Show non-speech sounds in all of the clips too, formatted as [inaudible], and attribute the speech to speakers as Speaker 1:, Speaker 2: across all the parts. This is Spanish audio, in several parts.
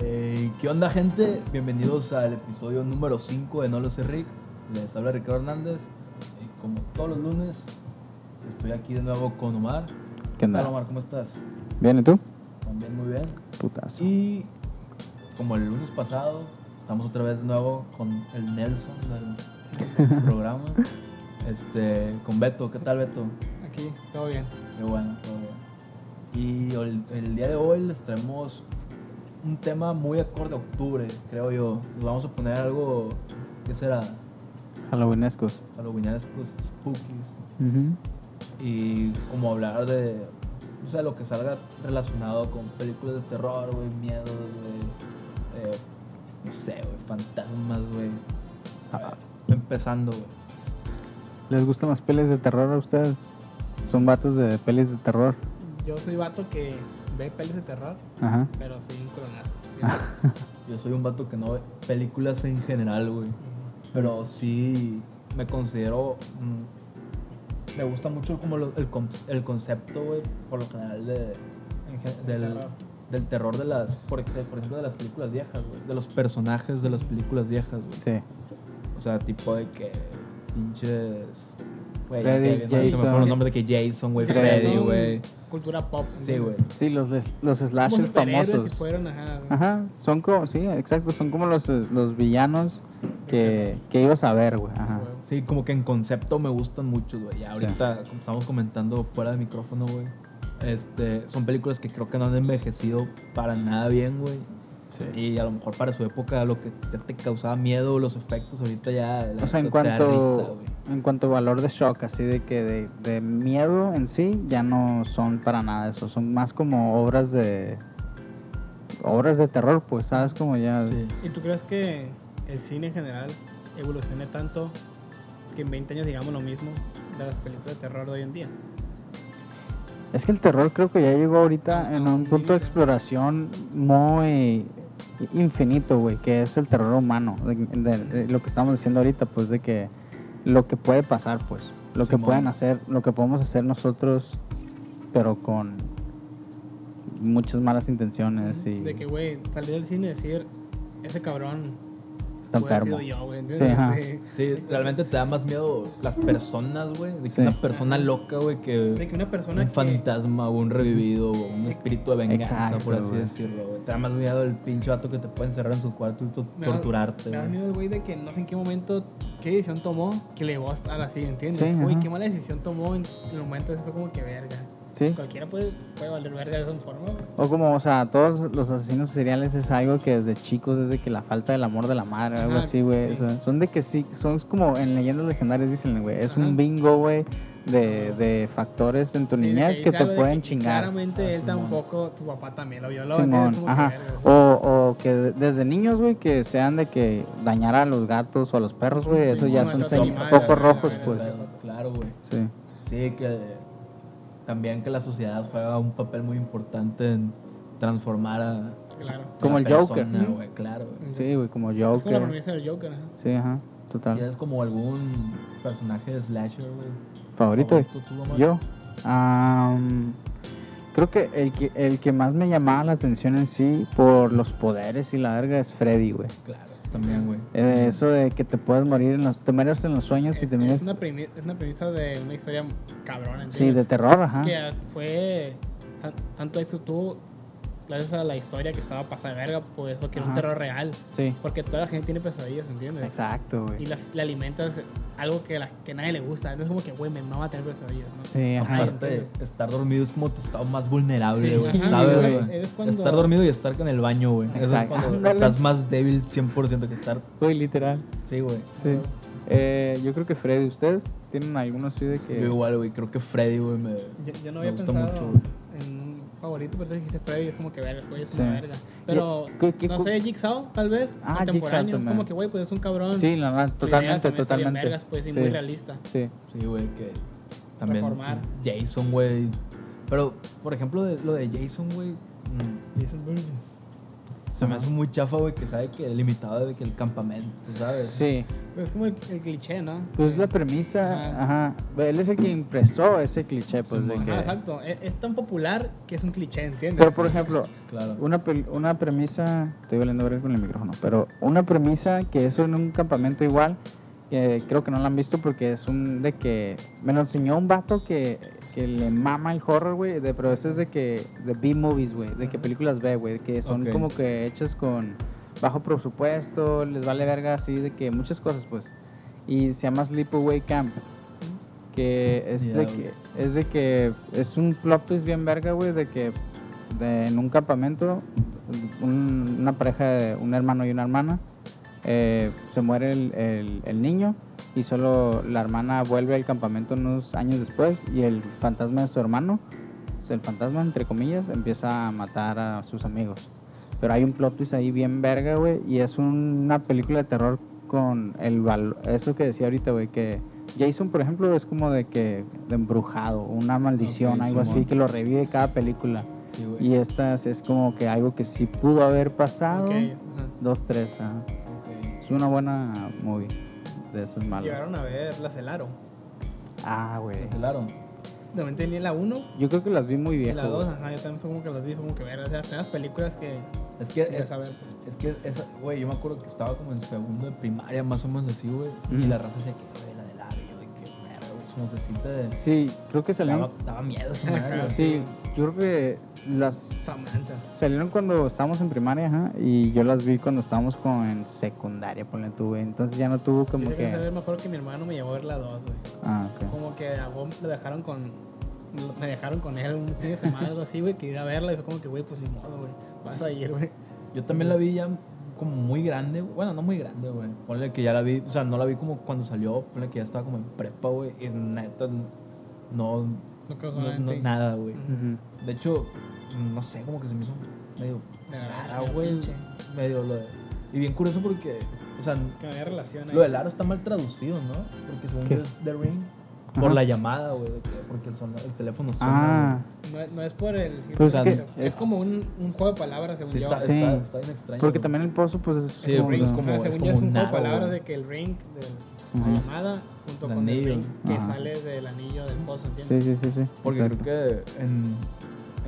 Speaker 1: Eh, ¿Qué onda, gente? Bienvenidos al episodio número 5 de No Lo Sé Rick. Les habla Ricardo Hernández. Y como todos los lunes, estoy aquí de nuevo con Omar.
Speaker 2: ¿Qué onda?
Speaker 1: Hola, Omar, ¿cómo estás?
Speaker 2: ¿Bien y tú?
Speaker 1: También muy bien.
Speaker 2: Putazo.
Speaker 1: Y como el lunes pasado, estamos otra vez de nuevo con el Nelson del [laughs] programa. Este, con Beto. ¿Qué tal, Beto?
Speaker 3: Aquí, todo bien.
Speaker 1: Qué bueno, todo bueno. Y el, el día de hoy les traemos un tema muy acorde a octubre, creo yo. Les vamos a poner algo que será
Speaker 2: Halloweenescos.
Speaker 1: halloweenescos, spookies. Y como hablar de, o sea, lo que salga relacionado con películas de terror, güey, miedo, güey. eh, no sé, güey, fantasmas, güey.
Speaker 2: Ah.
Speaker 1: Empezando, güey.
Speaker 2: ¿Les gustan las pelis de terror a ustedes? Son vatos de pelis de terror.
Speaker 3: Yo soy vato que ve pelis de terror,
Speaker 2: Ajá.
Speaker 3: pero soy un coronazo.
Speaker 2: Ah,
Speaker 1: Yo soy un vato que no ve películas en general, güey. Pero sí me considero. mm, me gusta mucho como lo- el, con- el concepto, güey, por lo general de, en gen- del,
Speaker 3: terror.
Speaker 1: del terror de las. Por, ex- por ejemplo, de las películas viejas, güey. De los personajes de las películas viejas, güey.
Speaker 2: Sí.
Speaker 1: O sea, tipo de que. Pinches. Güey, ya
Speaker 2: Freddy,
Speaker 1: que- no, se me
Speaker 2: Jason.
Speaker 1: fueron los nombres de que Jason, güey,
Speaker 2: Freddy,
Speaker 1: Freddy,
Speaker 3: Son
Speaker 1: güey.
Speaker 3: Cultura pop.
Speaker 1: Sí, güey.
Speaker 2: Sí, los, des- los
Speaker 3: Como
Speaker 2: slashers
Speaker 3: superhéroes y
Speaker 2: famosos.
Speaker 3: fueron, ajá.
Speaker 2: Ajá. Son como, sí, exacto. Son como los, eh, los villanos que, que ibas a ver, güey. Ajá.
Speaker 3: Huevo.
Speaker 1: Sí, como que en concepto me gustan mucho, güey. Ya ahorita, como estamos comentando fuera de micrófono, güey. Este, son películas que creo que no han envejecido para nada bien, güey.
Speaker 2: Sí.
Speaker 1: Y a lo mejor para su época lo que te, te causaba miedo, los efectos, ahorita ya la
Speaker 2: O sea, en
Speaker 1: neta te da risa,
Speaker 2: cuanto,
Speaker 1: güey.
Speaker 2: en cuanto a valor de shock, así de que de, de miedo en sí, ya no son para nada eso. Son más como obras de. Obras de terror, pues, ¿sabes? Como ya.
Speaker 1: Sí.
Speaker 3: ¿Y tú crees que el cine en general evolucione tanto que en 20 años digamos lo mismo de las películas de terror de hoy en día?
Speaker 2: Es que el terror creo que ya llegó ahorita
Speaker 3: Ah,
Speaker 2: en
Speaker 3: ah,
Speaker 2: un punto de
Speaker 3: sí.
Speaker 2: exploración muy infinito, güey, que es el terror humano, de, de- de lo que estamos diciendo ahorita, pues de que lo que puede pasar, pues, lo que
Speaker 1: Simón.
Speaker 2: pueden hacer, lo que podemos hacer nosotros, pero con muchas malas intenciones y
Speaker 3: De que, güey, salir del cine y decir, ese cabrón
Speaker 2: está
Speaker 3: puede haber
Speaker 2: enfermo.
Speaker 3: sido yo, güey.
Speaker 2: Sí, ajá.
Speaker 3: ¿entiendes? Sí.
Speaker 1: Sí, realmente te da más miedo las personas, güey. De que
Speaker 2: Sí.
Speaker 1: una persona loca, güey,
Speaker 3: De
Speaker 1: que
Speaker 3: que una persona
Speaker 1: un
Speaker 3: que-
Speaker 1: fantasma o un revivido o un espíritu de venganza, por
Speaker 2: Exacto,
Speaker 1: así
Speaker 2: güey.
Speaker 1: decirlo, güey. Te da más miedo el pinche vato que te puede encerrar en su cuarto y to-
Speaker 3: Me da-
Speaker 1: torturarte,
Speaker 3: Me da
Speaker 1: güey.
Speaker 3: miedo el güey de que no sé en qué momento, qué decisión tomó, que le va a estar así,
Speaker 2: Sí,
Speaker 3: ¿entiendes? Güey,
Speaker 2: ajá.
Speaker 3: qué mala decisión tomó en el momento, ese fue como que verga.
Speaker 2: Sí.
Speaker 3: Cualquiera puede, puede valer verga de esa forma. güey.
Speaker 2: O como, o sea, todos los asesinos seriales es algo que desde chicos, desde que la falta del amor de la madre, algo
Speaker 3: Ajá,
Speaker 2: así, güey.
Speaker 3: sí.
Speaker 2: o sea, son de que sí, son como en leyendas legendarias dicen, güey, es
Speaker 3: Ajá.
Speaker 2: un bingo, güey, de, de factores en tu
Speaker 3: Sí, de
Speaker 2: niñez
Speaker 3: ahí
Speaker 2: que
Speaker 3: se
Speaker 2: te
Speaker 3: habla de
Speaker 2: pueden
Speaker 3: que
Speaker 2: chingar.
Speaker 3: Claramente
Speaker 1: Ah,
Speaker 3: él
Speaker 1: Simón.
Speaker 3: tampoco, tu papá también lo violó.
Speaker 2: Simón,
Speaker 3: entonces como que
Speaker 2: ajá.
Speaker 3: verga,
Speaker 2: O,
Speaker 3: sí.
Speaker 2: o que de- desde niños, güey, que sean de que dañar a los gatos o a los perros, güey, eso
Speaker 3: Sí,
Speaker 2: ya
Speaker 3: no,
Speaker 2: son
Speaker 3: esos
Speaker 2: señ-
Speaker 3: animales,
Speaker 2: focos
Speaker 3: la
Speaker 2: rojos,
Speaker 3: verga,
Speaker 2: pues.
Speaker 3: la
Speaker 1: Claro, Claro, güey.
Speaker 2: Sí.
Speaker 1: Sí, que también que la sociedad juega un papel muy importante en transformar a
Speaker 3: Claro.
Speaker 1: a
Speaker 2: Como el
Speaker 1: la
Speaker 2: Joker.
Speaker 1: persona,
Speaker 3: Ujú.
Speaker 1: güey, claro. güey.
Speaker 2: Oh. Sí, güey, como
Speaker 3: Es como la
Speaker 2: Joker.
Speaker 3: premisa del Joker, ajá.
Speaker 2: Sí, ajá, total.
Speaker 1: ¿Tienes como algún personaje de slasher, güey?
Speaker 2: Favorito, güey.
Speaker 1: tú, Omar?
Speaker 2: Yo. am, creo que el, que el que más me llamaba la atención en sí por los poderes y la verga es Freddy, güey.
Speaker 1: Claro, también, güey.
Speaker 2: Eh, eso de que te puedes morir en los, te mueres en los sueños
Speaker 3: Es,
Speaker 2: y te
Speaker 3: es
Speaker 2: miras.
Speaker 3: una premisa, es una premisa de una historia cabrona, ¿entiendes?
Speaker 2: Sí, de terror, ajá.
Speaker 3: Que fue. tan- tanto éxito tuvo gracias a la historia que estaba pasada de verga, por eso que era un
Speaker 2: Ajá.
Speaker 3: terror real.
Speaker 2: Sí,
Speaker 3: Porque toda la gente tiene pesadillas, ¿entiendes?
Speaker 2: exacto,
Speaker 3: Y
Speaker 2: güey.
Speaker 3: las, le alimentas algo que, la, que nadie le gusta. No es como que, güey, me mama tener pesadillas, ¿no?
Speaker 2: Sí, ajá.
Speaker 3: Ay,
Speaker 1: Aparte,
Speaker 3: entonces-
Speaker 1: estar dormido es como tu estado más vulnerable,
Speaker 3: Sí,
Speaker 1: güey.
Speaker 3: ajá,
Speaker 1: ¿Sabes,
Speaker 3: güey?
Speaker 1: güey?
Speaker 3: Eres cuando-
Speaker 1: Estar dormido y estar en el baño, güey. Eso es
Speaker 2: Exacto.
Speaker 1: cuando
Speaker 2: Ándale.
Speaker 1: estás más débil 100% que estar.
Speaker 2: Güey, literal.
Speaker 1: Sí, güey.
Speaker 2: Sí. Eh, yo creo que Freddy, ¿ustedes tienen alguno así de
Speaker 1: Yo
Speaker 2: que.
Speaker 1: igual, güey. Creo que Freddy, güey, me.
Speaker 3: Yo, yo no
Speaker 1: Me
Speaker 3: había
Speaker 1: gusta
Speaker 3: pensado
Speaker 1: mucho.
Speaker 3: en un favorito, pero tú dijiste Freddy, es como que verga, güey, es
Speaker 2: Sí.
Speaker 3: una verga. Pero,
Speaker 2: ¿Qué- qué-
Speaker 3: no
Speaker 2: cu-
Speaker 3: sé, Jigsaw, tal vez,
Speaker 2: Ah,
Speaker 3: contemporáneo.
Speaker 2: Jigsaw
Speaker 3: es
Speaker 2: también.
Speaker 3: como que, güey, pues es un cabrón.
Speaker 2: Sí, la verdad,
Speaker 3: Su idea
Speaker 2: totalmente,
Speaker 3: también estaría
Speaker 2: totalmente.
Speaker 3: vergas, pues, y
Speaker 2: sí,
Speaker 3: muy realista.
Speaker 2: sí.
Speaker 1: Sí, güey, que también
Speaker 3: Reformar.
Speaker 1: pues, Jason, güey. Pero, por ejemplo, de- lo de Jason, güey, mm,
Speaker 3: Jason Burgess.
Speaker 1: Se me hace muy chafa, güey, que sabe que limitado de que el campamento, ¿sabes?
Speaker 2: Sí,
Speaker 3: Pero Pues, es como el, el cliché, ¿no?
Speaker 2: pues la premisa, ajá. Él es el que impresó ese cliché, pues de
Speaker 3: Ajá,
Speaker 2: que.
Speaker 3: exacto. Es, es tan popular que es un cliché, ¿entiendes?
Speaker 2: Pero por ejemplo,
Speaker 1: Claro.
Speaker 2: una, pel- una premisa, estoy volviendo verga con el micrófono, pero una premisa que eso en un campamento igual, que creo que no la han visto porque es un de que, me lo enseñó un vato que, que le mama el horror, güey, de- pero este es de que, de B-movies, güey, de que películas B, güey, que son
Speaker 1: Ok.
Speaker 2: como que hechas con bajo presupuesto, les vale verga así, de que muchas cosas, pues. Y se llama Sleepaway Camp que es
Speaker 1: Ya,
Speaker 2: de
Speaker 1: güey.
Speaker 2: que es de que es un plot twist bien verga güey de que de- en un campamento un- una pareja de un hermano y una hermana eh, se muere el, el- el niño y solo la hermana vuelve al campamento unos años después y el fantasma de su hermano o sea, pues, el fantasma entre comillas empieza a matar a sus amigos pero hay un plot twist ahí bien verga güey y es una película de terror con el valor eso que decía ahorita güey que Jason, por ejemplo, es como de que de embrujado, una maldición,
Speaker 1: Ok,
Speaker 2: algo así
Speaker 1: Simón.
Speaker 2: que lo revive cada película.
Speaker 1: Sí, güey.
Speaker 2: Y estas es como que algo que sí pudo haber pasado.
Speaker 3: Ok, ajá.
Speaker 2: Dos, tres, ajá.
Speaker 1: Ok.
Speaker 2: es una buena movie de esos malos.
Speaker 3: Llegaron a ver las helaron.
Speaker 2: Ah, güey.
Speaker 1: Cancelaron.
Speaker 3: También tenía la 1
Speaker 2: Yo creo que las vi muy
Speaker 3: y
Speaker 2: viejas.
Speaker 3: la 2.
Speaker 2: güey.
Speaker 3: Ajá, yo también fue como que las vi, fue como que ver. O sea, las películas que.
Speaker 1: Es que,
Speaker 3: Ya
Speaker 1: es,
Speaker 3: saber. pues,
Speaker 1: es que, esa, güey, yo me acuerdo que estaba como en segundo de primaria, más o menos así, güey. Y
Speaker 2: Ujú.
Speaker 1: la raza decía que, güey, la del área, güey, que merda, güey, como que sí
Speaker 3: ah.
Speaker 1: te-
Speaker 2: Sí, creo que
Speaker 1: Daba,
Speaker 2: salieron.
Speaker 1: daba miedo
Speaker 3: [laughs]
Speaker 1: esa madre, güey.
Speaker 2: Sí, yo creo que las
Speaker 3: Samantha.
Speaker 2: salieron cuando estábamos en primaria, ajá. Y yo las vi cuando estábamos como en secundaria, ponle tú, güey. Entonces ya no tuvo como
Speaker 3: Yo que...
Speaker 2: que.
Speaker 3: saber, me acuerdo que mi hermano me llevó a ver la 2, güey.
Speaker 2: Ah, ok.
Speaker 3: Como que a Bob lo dejaron con. Me dejaron con él un fin de semana, algo así, güey, que ir a verla. Y fue como que, güey, pues ni modo, güey. Vas a ir, güey.
Speaker 1: Yo también la vi ya como muy grande, güey. bueno, no muy grande, güey. Ponle que ya la vi, o sea, no la vi como cuando salió, ponle que ya estaba como en prepa, güey. Es neta, no, no,
Speaker 3: No causó nada.
Speaker 1: no,
Speaker 3: en ti.
Speaker 1: nada, güey.
Speaker 2: Ujú.
Speaker 1: De hecho, no sé, como que se me hizo medio
Speaker 3: De la
Speaker 1: rara,
Speaker 3: verga,
Speaker 1: güey.
Speaker 3: pinche.
Speaker 1: Medio lo de- Y bien curioso porque, o sea,
Speaker 3: Que había relación ahí.
Speaker 1: lo del aro está mal traducido, ¿no? Porque según
Speaker 2: ¿Qué?
Speaker 1: yo es The Ring. Por
Speaker 2: Ajá.
Speaker 1: la llamada, güey, de que- porque el, son- el teléfono suena.
Speaker 2: Ah,
Speaker 1: güey.
Speaker 3: No, no es por el.
Speaker 2: Pues
Speaker 1: es
Speaker 3: es,
Speaker 2: que-
Speaker 3: como un, un juego de palabras, según
Speaker 1: Sí,
Speaker 3: yo.
Speaker 1: está,
Speaker 2: Sí.
Speaker 1: está, está bien extraño.
Speaker 2: porque
Speaker 1: güey.
Speaker 2: también el pozo, pues es,
Speaker 1: Sí, el
Speaker 3: ring,
Speaker 1: pues, es
Speaker 3: ajá,
Speaker 1: como- es
Speaker 3: según
Speaker 1: como
Speaker 3: yo es un
Speaker 1: un
Speaker 3: juego de
Speaker 1: nabo,
Speaker 3: palabras
Speaker 1: güey.
Speaker 3: de que el ring de
Speaker 2: Ajá.
Speaker 3: la llamada junto
Speaker 1: El
Speaker 3: con el
Speaker 1: anillo.
Speaker 3: ring que
Speaker 2: Ajá.
Speaker 3: sale del anillo del pozo,
Speaker 2: Sí,
Speaker 3: ¿entiendes?
Speaker 2: sí, sí, sí.
Speaker 1: Porque
Speaker 2: exacto.
Speaker 1: creo que en,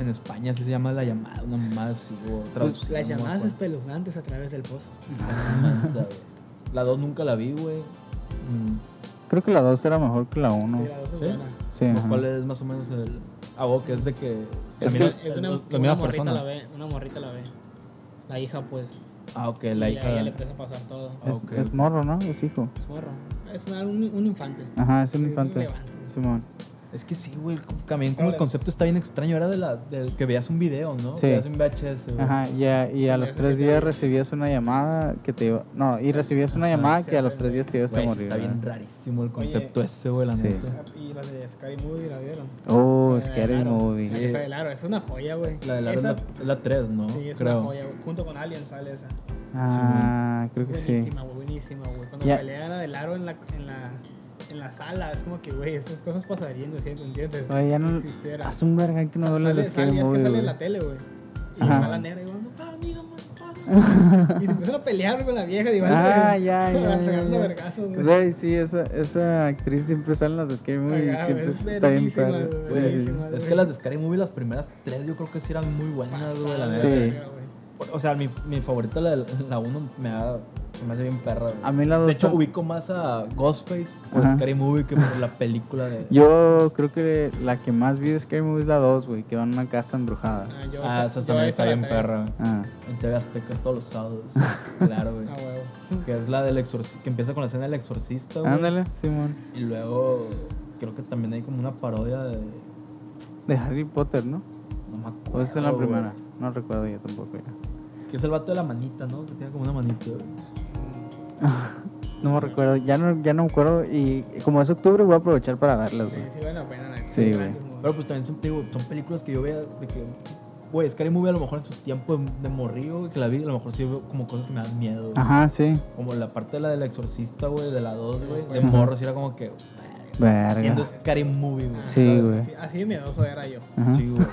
Speaker 1: en España sí se llama la llamada, una mamada así, o traducida.
Speaker 3: Pues, Las
Speaker 1: no me
Speaker 3: llamadas
Speaker 1: acuerdo.
Speaker 3: espeluznantes a través del pozo.
Speaker 1: Manta, güey. La 2 nunca la vi, güey. Mm,
Speaker 2: Creo que la 2 era mejor que la 1.
Speaker 3: Sí, la dos es
Speaker 1: ¿Sí?
Speaker 3: buena.
Speaker 2: Sí, ajá.
Speaker 1: ¿Cuál es más o menos el. Ah, vos, que es de que. la
Speaker 3: Es,
Speaker 1: mira-
Speaker 3: que es
Speaker 1: la-
Speaker 3: una,
Speaker 1: la
Speaker 3: que una
Speaker 1: misma
Speaker 3: morrita
Speaker 1: persona.
Speaker 3: la ve, una morrita la ve. La hija, pues.
Speaker 1: Ah, ok, la
Speaker 3: y a ella
Speaker 1: hija.
Speaker 3: le empieza a pasar todo.
Speaker 1: Ah,
Speaker 2: Es,
Speaker 1: ok.
Speaker 2: es morro, ¿no? Es hijo.
Speaker 3: Es morro. Es una- un, un infante.
Speaker 1: Ah.
Speaker 2: Ajá, es un
Speaker 3: Sí, es
Speaker 2: infante.
Speaker 3: relevante.
Speaker 2: Simón.
Speaker 1: Es que sí, güey. como- También como el
Speaker 3: Órale.
Speaker 1: concepto está bien extraño. Era de la, del que veías un video, ¿no?
Speaker 2: Sí.
Speaker 1: Veías un VHS, güey.
Speaker 2: Ajá, y a, y a los
Speaker 3: Sí,
Speaker 2: tres
Speaker 3: sí,
Speaker 2: días
Speaker 3: sí.
Speaker 2: recibías una llamada que te iba. No, y recibías una llamada
Speaker 3: sí,
Speaker 2: que a
Speaker 3: sí,
Speaker 2: los tres
Speaker 3: sí.
Speaker 2: días te ibas a
Speaker 1: Güey,
Speaker 2: morir.
Speaker 1: está bien
Speaker 2: ¿verdad?
Speaker 1: rarísimo el concepto
Speaker 3: Oye.
Speaker 1: ese, güey, la
Speaker 2: Sí.
Speaker 1: neta.
Speaker 3: Y la de Scary Movie la vieron.
Speaker 1: Uh,
Speaker 2: Oh,
Speaker 3: La de
Speaker 2: Scary
Speaker 3: Laro. La
Speaker 2: Movie.
Speaker 3: que está de Laro. Es una joya, güey.
Speaker 1: La de la
Speaker 3: Esa-
Speaker 1: es la 3, ¿no?
Speaker 3: Sí, es
Speaker 1: Creo.
Speaker 3: una joya, güey. Junto con Alien sale esa.
Speaker 2: Ah, creo que sí.
Speaker 3: Buenísima, güey, buenísima, güey. Cuando
Speaker 2: Ya.
Speaker 3: pelean a Del Aro en la, en, la, en la sala, es como que, güey, esas cosas pasarían, ¿sí? ¿entiendes?
Speaker 2: Oye, ya
Speaker 3: Si
Speaker 2: no.
Speaker 3: existiera.
Speaker 2: Hace un verga que no
Speaker 3: Sa-
Speaker 2: habla de
Speaker 3: sale-
Speaker 2: Scary
Speaker 3: sale- es que
Speaker 2: Movie.
Speaker 3: sale en
Speaker 2: güey.
Speaker 3: la tele, güey. Y
Speaker 2: Ajá.
Speaker 3: está la negra y digo, no, pa, diga, man, pa".
Speaker 2: [laughs]
Speaker 3: Y se empiezan a pelear con la vieja, digo, [laughs]
Speaker 2: Ah,
Speaker 3: güey,
Speaker 2: ya,
Speaker 3: se
Speaker 2: ya,
Speaker 3: van
Speaker 2: ya,
Speaker 3: sacando
Speaker 2: ya.
Speaker 3: vergazos, güey.
Speaker 2: Güey, sí, esa, esa actriz siempre sale en las de Scary Movie. y
Speaker 3: Acá,
Speaker 2: siempre
Speaker 3: güey, es
Speaker 2: está bien
Speaker 3: verguísima,
Speaker 2: padre.
Speaker 3: güey,
Speaker 2: Sí,
Speaker 1: Güey,
Speaker 2: sí, sí.
Speaker 3: verguísima.
Speaker 1: es que las de Scary Movie, las primeras tres, yo creo que sí eran muy buenas, güey, la
Speaker 3: Pasada
Speaker 1: neta.
Speaker 3: de
Speaker 2: Sí.
Speaker 3: verga, güey.
Speaker 1: O sea, mi, mi favorita, la, la 1, me, da- se me hace bien perra. güey.
Speaker 2: A mí la
Speaker 1: de
Speaker 2: dos
Speaker 1: hecho,
Speaker 2: tam-
Speaker 1: ubico más a Ghostface por
Speaker 2: Ajá.
Speaker 1: Scary Movie que por la película de.
Speaker 2: Yo creo que la que más vi de Scary Movie es la 2, güey, que van a una casa embrujada.
Speaker 3: Ah, yo
Speaker 1: ah, esa
Speaker 3: esa- yo
Speaker 1: también
Speaker 3: esa
Speaker 1: está
Speaker 3: la
Speaker 1: bien
Speaker 3: traía.
Speaker 1: perra.
Speaker 2: Ah,
Speaker 1: En TV Azteca todos los sábados.
Speaker 2: [laughs]
Speaker 1: claro, güey.
Speaker 3: Ah, huevo.
Speaker 1: Que es la del exorcista, que empieza con la escena del exorcista, güey.
Speaker 2: ándale, Simón.
Speaker 1: Y luego creo que también hay como una parodia de.
Speaker 2: De Harry Potter, ¿no?
Speaker 1: No me acuerdo.
Speaker 2: O Pues esa
Speaker 3: Oh,
Speaker 2: es la
Speaker 1: güey.
Speaker 2: primera. No recuerdo yo tampoco. ya.
Speaker 1: Que es el vato de la manita, ¿no? Que tiene como una manita, güey.
Speaker 2: No me recuerdo, ya no, ya no me acuerdo. Y como es octubre, voy a aprovechar para verlas,
Speaker 3: Sí,
Speaker 2: güey.
Speaker 3: sí, vale la pena, la neta.
Speaker 2: Pues Sí,
Speaker 3: Grandes
Speaker 2: güey.
Speaker 3: movies.
Speaker 1: Pero pues también son, te digo, son películas que yo veía de que, güey, Scary Movie a lo mejor en su tiempo de, de morrillo, güey, que la vi, a lo mejor sí veo como cosas que me dan miedo. güey.
Speaker 2: Ajá, sí.
Speaker 1: Como la parte de la del exorcista, güey, de la 2, güey, de
Speaker 2: Ajá.
Speaker 1: morro, sí era como que, haciendo
Speaker 2: Verga.
Speaker 1: Scary Movie, güey.
Speaker 3: Ah,
Speaker 2: Sí,
Speaker 1: ¿sabes?
Speaker 2: güey.
Speaker 3: Así, así de miedoso era yo.
Speaker 2: Ajá.
Speaker 1: Sí, güey.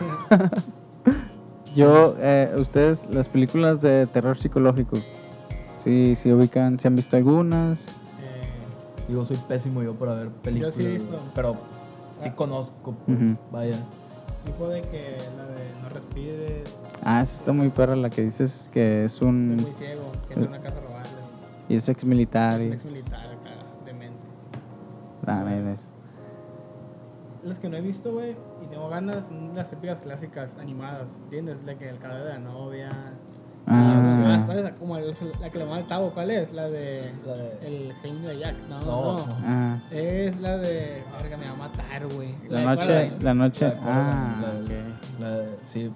Speaker 2: Yo, eh, ustedes, las películas de terror psicológico, si sí, sí ubican, si han visto algunas.
Speaker 3: Eh,
Speaker 1: Digo, soy pésimo yo para ver películas.
Speaker 3: sí he visto. Ah.
Speaker 1: güey, Pero sí conozco. pues,
Speaker 2: Ujú.
Speaker 1: Vaya.
Speaker 3: tipo de que la de no respires,
Speaker 2: Ah, esa está muy perra la que dices que es
Speaker 3: estoy
Speaker 2: un.
Speaker 3: muy ciego, que entra a
Speaker 2: Eh.
Speaker 3: una casa a robarle.
Speaker 2: Y es ex militar.
Speaker 3: Un ex militar acá, demente. Las que no he visto, güey, y tengo ganas, son las típicas clásicas animadas, ¿entiendes? La que el cadáver de la novia.
Speaker 2: Ah.
Speaker 3: Ah, ¿sabes? Como el- la que le manda el tabo, ¿cuál es? La de.
Speaker 1: La de-
Speaker 3: El genio de Jack. No,
Speaker 1: No,
Speaker 3: no.
Speaker 1: no.
Speaker 2: Ah,
Speaker 3: Es la de. Ahora me va a matar, güey.
Speaker 2: la
Speaker 3: de
Speaker 2: noche,
Speaker 3: Coraline.
Speaker 2: la noche.
Speaker 1: la de
Speaker 2: Ah,
Speaker 1: Coraline,
Speaker 2: ok.
Speaker 1: la de- la de- sí.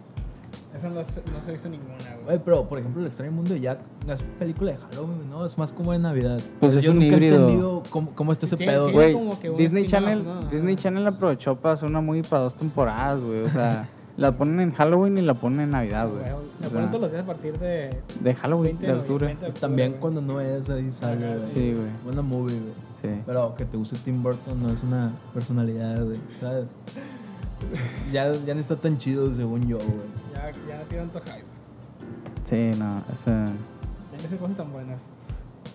Speaker 3: Esa no, se- no se ha visto ninguna, güey.
Speaker 1: Oye, pero por ejemplo, El extraño mundo de Jack no es película de Halloween, ¿no? Es más como de Navidad.
Speaker 2: Pues es
Speaker 1: yo
Speaker 2: un
Speaker 1: nunca he
Speaker 2: híbrido.
Speaker 1: entendido cómo, cómo está ese
Speaker 3: Tiene-
Speaker 1: pedo.
Speaker 3: tiene
Speaker 2: Güey,
Speaker 3: como que un
Speaker 2: Disney
Speaker 3: spin-off,
Speaker 2: Channel,
Speaker 3: ¿no?
Speaker 2: Disney Channel aprovechó para hacer una movie para dos temporadas, güey. O
Speaker 3: [laughs]
Speaker 2: sea, la ponen en Halloween y la ponen en Navidad, güey.
Speaker 3: Güey, La
Speaker 2: O
Speaker 3: ponen
Speaker 2: sea,
Speaker 3: todos los días a partir de.
Speaker 2: de Halloween,
Speaker 3: 20
Speaker 2: de octubre.
Speaker 1: Y También cuando no es, ahí sale,
Speaker 3: Ajá,
Speaker 1: güey.
Speaker 2: Sí, güey.
Speaker 1: Buena movie, güey.
Speaker 2: Sí.
Speaker 1: Pero que te guste Tim Burton no es una personalidad, güey. ¿Sabes? ya, ya no está tan chido según yo, güey.
Speaker 3: Ya, ya no tiene tanto hype.
Speaker 2: Sí, no, o sea,
Speaker 3: Ya no hacen cosas tan buenas.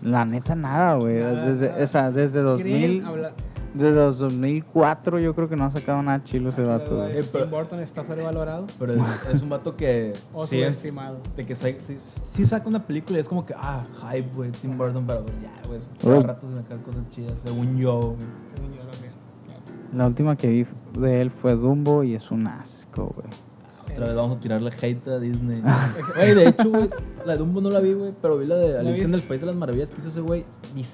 Speaker 2: la neta nada, güey.
Speaker 3: Nada,
Speaker 2: Desde,
Speaker 3: nada.
Speaker 2: o sea, desde 2000,
Speaker 3: ¿Quieren hablar?
Speaker 2: desde los 2004 yo creo que no ha sacado nada chilo ese
Speaker 3: La
Speaker 2: vato.
Speaker 3: duda
Speaker 2: güey.
Speaker 3: es,
Speaker 1: Sí, Eh, pero-
Speaker 3: Tim Burton está sobrevalorado.
Speaker 1: Pero
Speaker 2: [laughs]
Speaker 1: es, es un vato que.
Speaker 3: O
Speaker 1: sí es-
Speaker 3: subestimado.
Speaker 1: De que sa- sí, sí saca una película y es como que, ah, hype, güey, Tim Burton, pero güey, ya, güey.
Speaker 2: Uy.
Speaker 1: Cada rato se sacar cosas chidas, según yo, güey.
Speaker 3: Según yo también.
Speaker 2: La última que vi de él fue Dumbo y es un asco, güey.
Speaker 1: Otra vez vamos a tirarle hate a
Speaker 2: [laughs]
Speaker 1: Disney. Oye, de hecho, güey, la de Dumbo no la vi, güey, pero vi la de Alicia en el País de las Maravillas que hizo ese güey.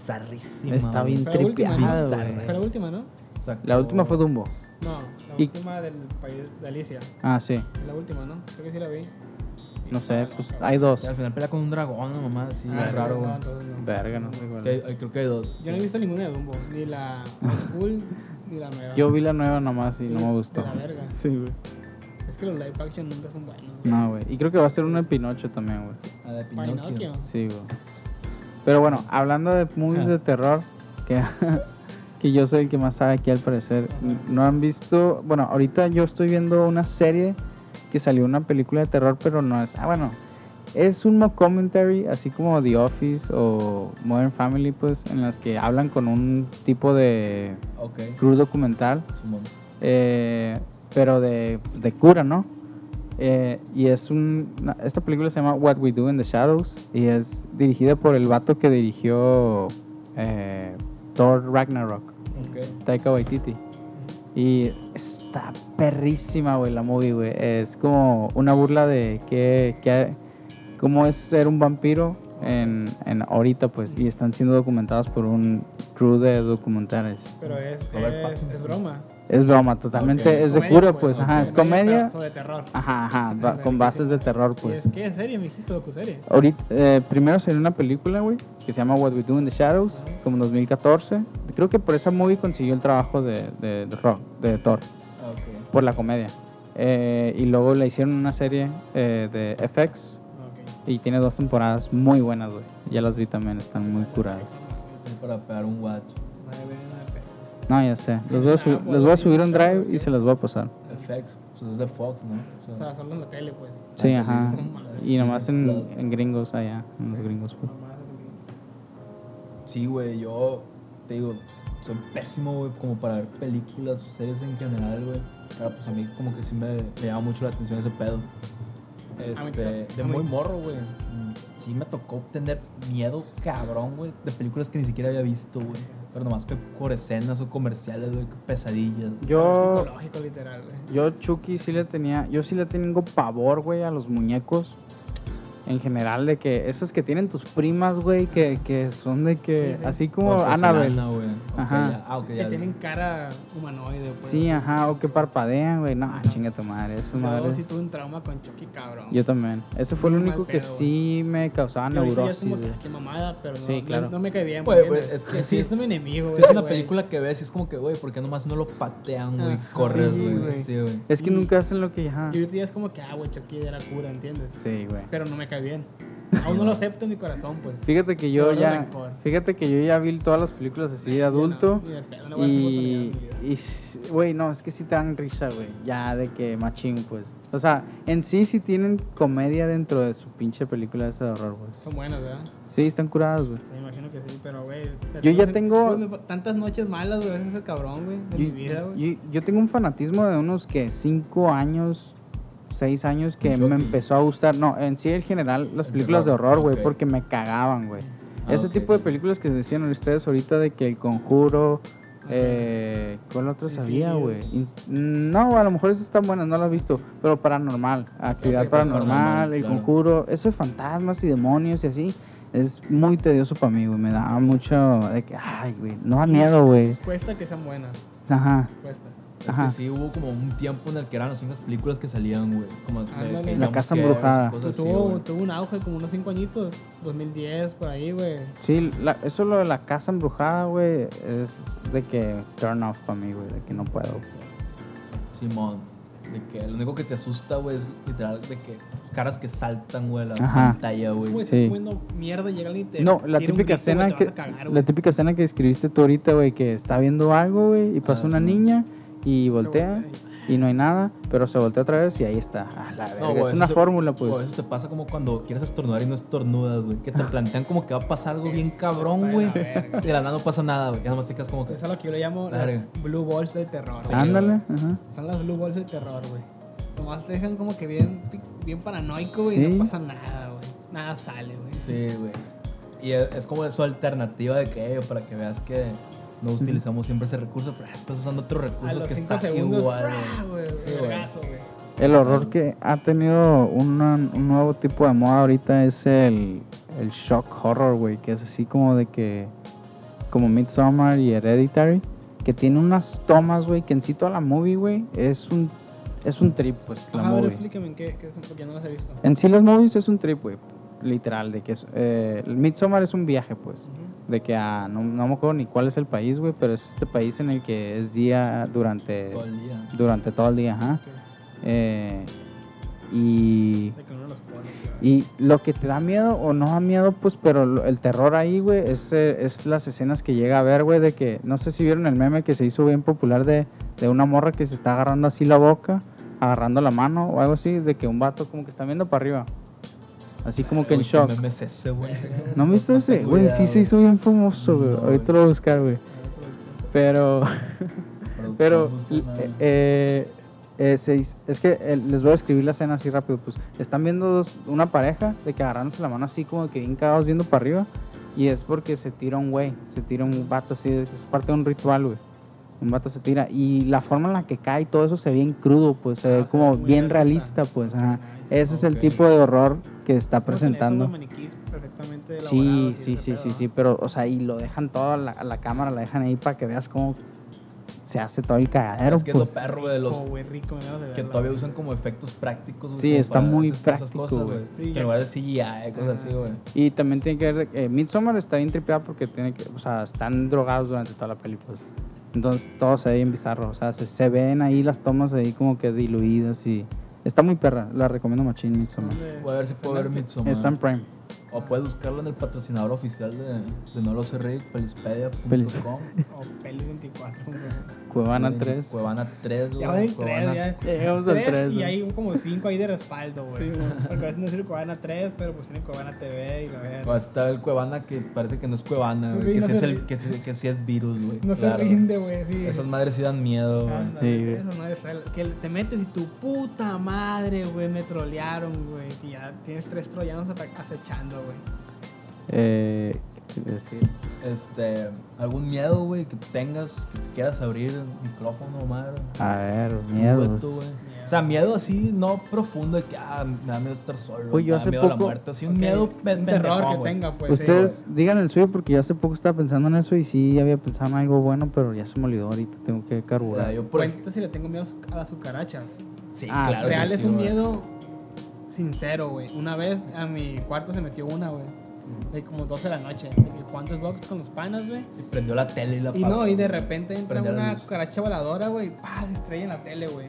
Speaker 1: Bizarrísima.
Speaker 2: Está
Speaker 1: güey.
Speaker 2: bien
Speaker 3: Fue la última,
Speaker 2: tripeada,
Speaker 1: ¿no?
Speaker 2: güey.
Speaker 3: Fue la última, ¿no?
Speaker 1: Sacó-
Speaker 2: La última fue Dumbo.
Speaker 3: No, la
Speaker 2: Y-
Speaker 3: última del país de Alicia.
Speaker 2: Ah, sí.
Speaker 3: Es la última, ¿no? Creo que sí la vi. Y
Speaker 2: No sé,
Speaker 3: estaba
Speaker 2: pues
Speaker 3: loca,
Speaker 2: hay dos.
Speaker 1: Y al final pelea con un dragón, una mamá, así,
Speaker 3: güey. Ah,
Speaker 1: es raro,
Speaker 3: no,
Speaker 1: güey.
Speaker 3: entonces no.
Speaker 2: Verga, no sé
Speaker 1: Es
Speaker 2: cuál.
Speaker 1: que hay- hay- creo que hay dos.
Speaker 3: Yo no he visto ninguna de Dumbo, ni la Old School, ni la nueva.
Speaker 2: Yo vi la nueva nomás y
Speaker 3: Y
Speaker 2: no me gustó.
Speaker 3: De la verga.
Speaker 2: Sí, güey.
Speaker 3: Es que los live action nunca son buenos. güey.
Speaker 2: No, güey. Y creo que va a ser una de Pinocho también, güey.
Speaker 1: La de Pinocchio.
Speaker 3: Pinocchio.
Speaker 2: Sí, güey. Pero bueno, hablando de movies de terror, que, [laughs] que yo soy el que más sabe aquí al parecer. No han visto. Bueno, ahorita yo estoy viendo una serie que salió una película de terror, pero no es. Ah, bueno. Es un mock commentary, así como The Office o Modern Family, pues, en las que hablan con un tipo de
Speaker 1: Ok,
Speaker 2: cruz documental.
Speaker 1: Simón.
Speaker 2: eh, pero de, de cura, ¿no? Eh, y es un... na- Esta película se llama What We Do in the Shadows y es dirigida por el vato que dirigió eh, Thor Ragnarok,
Speaker 1: Ok.
Speaker 2: Taika Waititi. Y está perrísima, güey, la movie, güey. Es como una burla de que, que- cómo es ser un vampiro en, en ahorita, pues. Y están siendo documentados por un crew de documentales.
Speaker 3: Pero es,
Speaker 1: Robert
Speaker 3: es,
Speaker 1: Pattinson.
Speaker 3: es broma.
Speaker 2: Es broma,
Speaker 1: Ok,
Speaker 2: totalmente.
Speaker 1: es
Speaker 2: es de
Speaker 3: Comedia,
Speaker 2: cura, pues. Ajá,
Speaker 3: Ok.
Speaker 2: es comedia.
Speaker 3: pero Sobre terror.
Speaker 2: Ajá, ajá,
Speaker 3: Ándale,
Speaker 2: va- con bases de terror,
Speaker 3: Y
Speaker 2: pues.
Speaker 3: es que es serie, me dijiste docuserie.
Speaker 2: Ahorita, eh, primero salió una película, güey, que se llama What We Do in the Shadows,
Speaker 3: Ajá.
Speaker 2: como en 2014. Creo que por esa movie consiguió el trabajo de, de, de Rock, de Thor,
Speaker 1: Ah, ok.
Speaker 2: por la comedia. Eh, y luego le hicieron una serie eh, de FX
Speaker 3: Ok.
Speaker 2: y tiene dos temporadas muy buenas, güey. Ya las vi también, están muy curadas.
Speaker 1: Es para pegar un watch.
Speaker 3: No hay veneno de efectos.
Speaker 2: No, ya sé. Los
Speaker 3: Ah,
Speaker 2: voy a, subi- los voy a subir un drive y se las voy a pasar.
Speaker 1: FX, pues es de Fox, ¿no?
Speaker 3: O
Speaker 1: O sea,
Speaker 3: sea, solo en la tele, pues.
Speaker 1: Ah,
Speaker 2: Sí,
Speaker 1: sí,
Speaker 2: ajá.
Speaker 3: [laughs] no mames.
Speaker 2: Y nomás en, en gringos allá, en los gringos. pues.
Speaker 3: Nomás el-
Speaker 1: sí, güey, yo te digo, soy pésimo, güey, como para ver películas o series en general, güey. Pero pues a mí como que sí me, me llama mucho la atención ese pedo.
Speaker 3: A mí
Speaker 1: Este,
Speaker 3: ta-
Speaker 1: de
Speaker 3: a mí-
Speaker 1: muy morro, güey. Mm, Sí me tocó tener miedo cabrón, güey, de películas que ni siquiera había visto, güey. Pero nomás que por escenas o comerciales, güey, que pesadillas.
Speaker 2: Yo,
Speaker 3: Psicológico, literal, güey.
Speaker 2: yo Chucky sí le tenía, yo sí le tengo pavor, güey, a los muñecos. En general, de que esos que tienen tus primas, güey, que, que son de que,
Speaker 3: Sí, sí.
Speaker 2: así como
Speaker 1: porcelana,
Speaker 2: Annabelle.
Speaker 1: güey. Ok,
Speaker 2: Ajá.
Speaker 1: ya. Ah, ok,
Speaker 3: Que
Speaker 1: ya.
Speaker 3: tienen cara humanoide, pues.
Speaker 2: Sí, ajá, o que parpadean, güey. No, chinga tu madre, eso
Speaker 3: Yo
Speaker 2: madre.
Speaker 3: sí tuve un trauma con Chucky, cabrón.
Speaker 2: Yo también. Ese fue el
Speaker 3: Muy mal
Speaker 2: único que
Speaker 3: pedo,
Speaker 2: sí me causaba
Speaker 3: Y ahorita ya
Speaker 2: neurosis,
Speaker 3: es como que,
Speaker 2: güey.
Speaker 3: "Ah, qué mamada, pero no,
Speaker 2: Sí, claro.
Speaker 3: no, no me cae bien.
Speaker 1: Güey,
Speaker 3: ¿me
Speaker 1: güey,
Speaker 3: entiendes?
Speaker 1: Pues, es que sí.
Speaker 3: es mi enemigo,
Speaker 1: Si
Speaker 3: güey,
Speaker 1: es una
Speaker 3: güey.
Speaker 1: película que ves y es como que, güey, ¿por qué nomás no lo patean, güey? y Corres,
Speaker 2: Sí, güey.
Speaker 1: güey. Sí, güey.
Speaker 2: Es que
Speaker 3: Y-
Speaker 2: nunca hacen lo que, ajá.
Speaker 3: Y ahorita ya es como que, ah, güey, Chucky era cura, ¿entiendes?
Speaker 2: Sí, güey.
Speaker 3: Pero no me cae bien. Aún no lo acepto en mi corazón, pues.
Speaker 2: Fíjate que yo
Speaker 3: Dolor de
Speaker 2: ya.
Speaker 3: rencor.
Speaker 2: Fíjate que yo ya vi todas las películas así de adulto.
Speaker 3: Ni de pedo, no voy a hacer oportunidad
Speaker 2: Y,
Speaker 3: en mi vida.
Speaker 2: y s- güey, no, es que sí te dan risa, güey. Ya de que machín, pues. O sea, en sí sí tienen comedia dentro de su pinche película esa de horror, güey.
Speaker 3: Son buenas, ¿verdad?
Speaker 2: Sí, están curadas, güey.
Speaker 3: Me imagino que sí, pero, güey. te
Speaker 2: Yo ya
Speaker 3: tuve-
Speaker 2: tengo-
Speaker 3: tuve tantas noches malas, güey, gracias a ese cabrón, güey, de mi vida, güey.
Speaker 2: yo- yo tengo un fanatismo de unos que 5 años, 6 años que
Speaker 1: Yo
Speaker 2: me
Speaker 1: aquí.
Speaker 2: empezó a gustar. No, en sí, en general, las
Speaker 1: El
Speaker 2: películas de
Speaker 1: terror,
Speaker 2: horror, güey,
Speaker 1: ok.
Speaker 2: porque me cagaban, güey.
Speaker 1: Ah,
Speaker 2: Ese
Speaker 1: ok,
Speaker 2: tipo de
Speaker 1: sí.
Speaker 2: películas que decían ustedes ahorita de que el conjuro. Eh, ¿Cuál otro sabía, güey?
Speaker 3: Insidious.
Speaker 2: In- No, a lo mejor esas están buenas, no las he visto. Pero paranormal, actividad
Speaker 3: ok,
Speaker 2: paranormal,
Speaker 1: paranormal,
Speaker 2: el
Speaker 1: claro.
Speaker 2: conjuro, eso de fantasmas y demonios y así, es muy tedioso para mí, güey. Me da mucho de que, ay, güey, no da miedo, güey.
Speaker 3: Cuesta que sean buenas,
Speaker 2: Ajá.
Speaker 3: cuesta.
Speaker 1: Es
Speaker 2: Ajá.
Speaker 1: que sí hubo como un tiempo en el que eran las únicas películas que salían, güey. Como de
Speaker 3: Ándale.
Speaker 1: que
Speaker 2: La Casa
Speaker 1: jumpscares y
Speaker 2: Embrujada.
Speaker 1: cosas así,
Speaker 3: tuvo,
Speaker 1: güey.
Speaker 3: tuvo un auge como unos 5 añitos, 2010, por ahí, güey.
Speaker 2: Sí, la- eso lo de la casa embrujada, güey, es de que turn off para mí, güey, de que no puedo.
Speaker 1: Simón. De que lo único que te asusta, güey, es literal de que caras que saltan, güey, a la
Speaker 2: Ajá.
Speaker 1: pantalla,
Speaker 3: Es
Speaker 1: güey.
Speaker 3: como que
Speaker 2: Sí.
Speaker 3: estás comiendo mierda y llega alguien y te
Speaker 2: No, la
Speaker 3: tira un
Speaker 2: típica
Speaker 3: grito, güey,
Speaker 2: escena
Speaker 3: te
Speaker 2: que
Speaker 3: vas a cagar,
Speaker 2: la
Speaker 3: güey.
Speaker 2: típica escena que escribiste tú ahorita, güey, que está viendo algo, güey, y pasa
Speaker 1: Ah,
Speaker 2: una
Speaker 1: sí.
Speaker 2: niña y voltea
Speaker 3: voltea
Speaker 2: y no hay nada, pero se voltea otra vez y ahí está. Ah, la verga,
Speaker 1: güey,
Speaker 2: es
Speaker 1: eso
Speaker 2: una
Speaker 1: se-
Speaker 2: fórmula, pues.
Speaker 1: güey, eso te pasa como cuando quieres estornudar y no estornudas, güey. Que te plantean como que va a pasar algo bien
Speaker 3: Eso está
Speaker 1: cabrón,
Speaker 3: de
Speaker 1: güey.
Speaker 3: la verga.
Speaker 1: De la nada no pasa nada, güey. Ya nomás te quedas como que.
Speaker 3: Eso es lo que yo le llamo
Speaker 1: Verga.
Speaker 3: las blue balls del terror. güey.
Speaker 2: Ándale, ajá.
Speaker 3: Son las blue balls del terror, güey. Nomás te dejan como que bien, bien paranoico, güey, y
Speaker 2: Sí.
Speaker 3: no pasa nada, güey. Nada sale, güey.
Speaker 1: Sí, güey. Y es, es como su alternativa de que, eh, para que veas que no utilizamos siempre ese recurso, pero ah, estás usando otro
Speaker 3: A
Speaker 1: recurso
Speaker 3: los
Speaker 1: que
Speaker 3: 5
Speaker 1: está
Speaker 3: segundos,
Speaker 1: igual,
Speaker 3: ¡fra! güey,
Speaker 1: Sí, güey.
Speaker 3: vergazo, güey.
Speaker 2: El horror que ha tenido una- un nuevo tipo de moda ahorita es el, el shock horror, güey, que es así como de que, como Midsommar y Hereditary, que tiene unas tomas, güey, que en sí toda la movie, güey, es un, es un trip, pues, la
Speaker 3: Ajá, a ver,
Speaker 2: movie.
Speaker 3: explícame en qué, qué son, porque yo no las he visto.
Speaker 2: En sí las movies es un trip, güey, literal, de que es, eh, el Midsommar es un viaje, pues,
Speaker 3: Ujú.
Speaker 2: de que a, no, no me acuerdo ni cuál es el país, güey, pero es este país en el que es día durante,
Speaker 1: todo el día.
Speaker 2: durante todo el día, ajá.
Speaker 3: Que-
Speaker 2: Eh, y,
Speaker 3: de que uno los pone, güey.
Speaker 2: y lo que te da miedo o no da miedo, pues, pero lo- el terror ahí, güey, es, eh, es las escenas que llega a ver, güey, de que, no sé si vieron el meme que se hizo bien popular de, de una morra que se está agarrando así la boca, agarrando la mano o algo así, de que un vato como que está viendo para arriba, así como que en
Speaker 1: Güey, ¿qué
Speaker 2: shock.
Speaker 1: meme es ese, güey?
Speaker 2: ¿No viste ese?
Speaker 1: tengo
Speaker 2: Güey,
Speaker 1: idea,
Speaker 2: sí se
Speaker 1: güey.
Speaker 2: hizo bien famoso, güey.
Speaker 1: No,
Speaker 2: Ahorita
Speaker 1: güey.
Speaker 2: lo voy a buscar, güey. Pero...
Speaker 1: Producción,
Speaker 2: Pero
Speaker 1: justo,
Speaker 2: l-
Speaker 1: madre.
Speaker 2: eh, eh, se dice- es que eh, les voy a escribir la escena así rápido. Pues están viendo dos, una pareja de que agarrándose la mano así como que bien cagados viendo para arriba. Y es porque se tira un güey, se tira un vato así, es parte de un ritual, güey. Un vato se tira. Y la forma en la que cae y todo eso se ve bien crudo, pues se
Speaker 3: Ah,
Speaker 2: ve
Speaker 3: se ve
Speaker 2: como
Speaker 3: muy
Speaker 2: bien
Speaker 3: realista.
Speaker 2: realista, pues. ajá.
Speaker 3: Nice.
Speaker 2: Ese es el
Speaker 1: Ok.
Speaker 2: tipo de horror que está
Speaker 3: Pues, en eso,
Speaker 2: presentando.
Speaker 3: los maniquís perfectamente
Speaker 2: Sí,
Speaker 3: elaborados y
Speaker 2: sí,
Speaker 3: ese
Speaker 2: sí,
Speaker 3: pedo,
Speaker 2: sí,
Speaker 3: ¿no?
Speaker 2: sí, pero, o sea, y lo dejan todo a la, a la cámara, la dejan ahí para que veas cómo se hace todo el cagadero.
Speaker 1: Es que es lo
Speaker 2: pues.
Speaker 1: perro, güey, de los
Speaker 3: Como, Oh, güey, rico, me ganas de
Speaker 1: que
Speaker 3: verla,
Speaker 1: todavía
Speaker 3: güey.
Speaker 1: usan como efectos prácticos, güey.
Speaker 2: Sí,
Speaker 1: como
Speaker 2: está
Speaker 1: para
Speaker 2: muy
Speaker 1: esas- esas
Speaker 2: práctico,
Speaker 1: cosas,
Speaker 2: güey.
Speaker 1: güey.
Speaker 3: Sí,
Speaker 1: en
Speaker 3: ya.
Speaker 1: lugar de CGI, cosas así, güey.
Speaker 2: Y también tiene que ver, de- eh, Midsommar está bien tripeada porque tiene que, o sea, están drogados durante toda la película. Entonces todo se ve bien bizarro, o sea, se, se ven ahí las tomas ahí como que diluidas y... Está muy perra, la recomiendo machín Midsommar.
Speaker 3: ¿Dónde?
Speaker 1: Voy a ver si puedo ver Midsommar.
Speaker 2: Está en Prime.
Speaker 1: O puedes buscarlo en el patrocinador oficial de, de No Lo Sé Rick,
Speaker 2: Pelis-
Speaker 1: pelispedia.com.
Speaker 3: O Peli 24. punto.
Speaker 2: Cuevana 3.
Speaker 1: Cuevana 3,
Speaker 3: Ya van
Speaker 1: güey.
Speaker 3: en tres, ya.
Speaker 2: Llegamos al
Speaker 3: Tres,
Speaker 2: 3.
Speaker 3: y hay un como cinco ahí de respaldo, güey. Porque a veces no sirve Cuevana 3, pero pues tiene Cuevana TV y la
Speaker 1: O
Speaker 3: verga.
Speaker 1: está el Cuevana que parece que no es Cuevana, güey.
Speaker 3: Güey,
Speaker 1: Que,
Speaker 3: no
Speaker 1: sí es
Speaker 3: se
Speaker 1: el,
Speaker 3: ri-
Speaker 1: que, sí, que sí es virus, güey.
Speaker 3: No se
Speaker 1: claro.
Speaker 3: rinde, güey. Sí.
Speaker 1: Esas madres sí dan miedo, güey.
Speaker 3: Ándale,
Speaker 2: Sí, güey.
Speaker 3: Eso no es el- que te metes y tu puta madre, güey, me trolearon, güey. Y ya tienes tres troyanos ata- acechando, güey.
Speaker 2: Eh, ¿qué te iba a decir?
Speaker 1: Este, algún miedo, güey, que tengas, que te quieras abrir el micrófono, madre.
Speaker 2: A ver,
Speaker 1: Un dueto,
Speaker 2: miedos.
Speaker 1: güey. O sea, miedo así, no profundo, de que ah, me da miedo estar solo,
Speaker 2: Uy, yo
Speaker 1: me da
Speaker 2: hace
Speaker 1: miedo a la
Speaker 2: poco-
Speaker 1: muerte, así un
Speaker 3: Ok,
Speaker 1: miedo
Speaker 3: un
Speaker 1: pen-
Speaker 3: terror que
Speaker 1: pendejón, güey.
Speaker 3: tenga, pues. sí,
Speaker 2: Ustedes
Speaker 3: güey.
Speaker 2: digan el suyo porque yo hace poco estaba pensando en eso y sí había pensado en algo bueno, pero ya se me olvidó ahorita, tengo que
Speaker 1: O sea, [laughs]
Speaker 2: carburar.
Speaker 1: yo por-
Speaker 3: Cuenta si le tengo miedo a su- a las cucarachas.
Speaker 1: Sí,
Speaker 2: Ah,
Speaker 1: claro.
Speaker 3: Pues, Real
Speaker 1: sí,
Speaker 3: es
Speaker 1: sí,
Speaker 3: un
Speaker 1: güey.
Speaker 3: miedo sincero, güey. Una vez a mi cuarto se metió una, güey. De como 12 de la noche. De que jugando Xbox con los panas, güey.
Speaker 1: Y prendió la tele y la
Speaker 3: Y
Speaker 1: apagó,
Speaker 3: no, y de
Speaker 1: güey.
Speaker 3: repente entra
Speaker 1: Prende la
Speaker 3: una
Speaker 1: luz.
Speaker 3: cucaracha voladora, güey. Pa, se estrella en la tele, güey.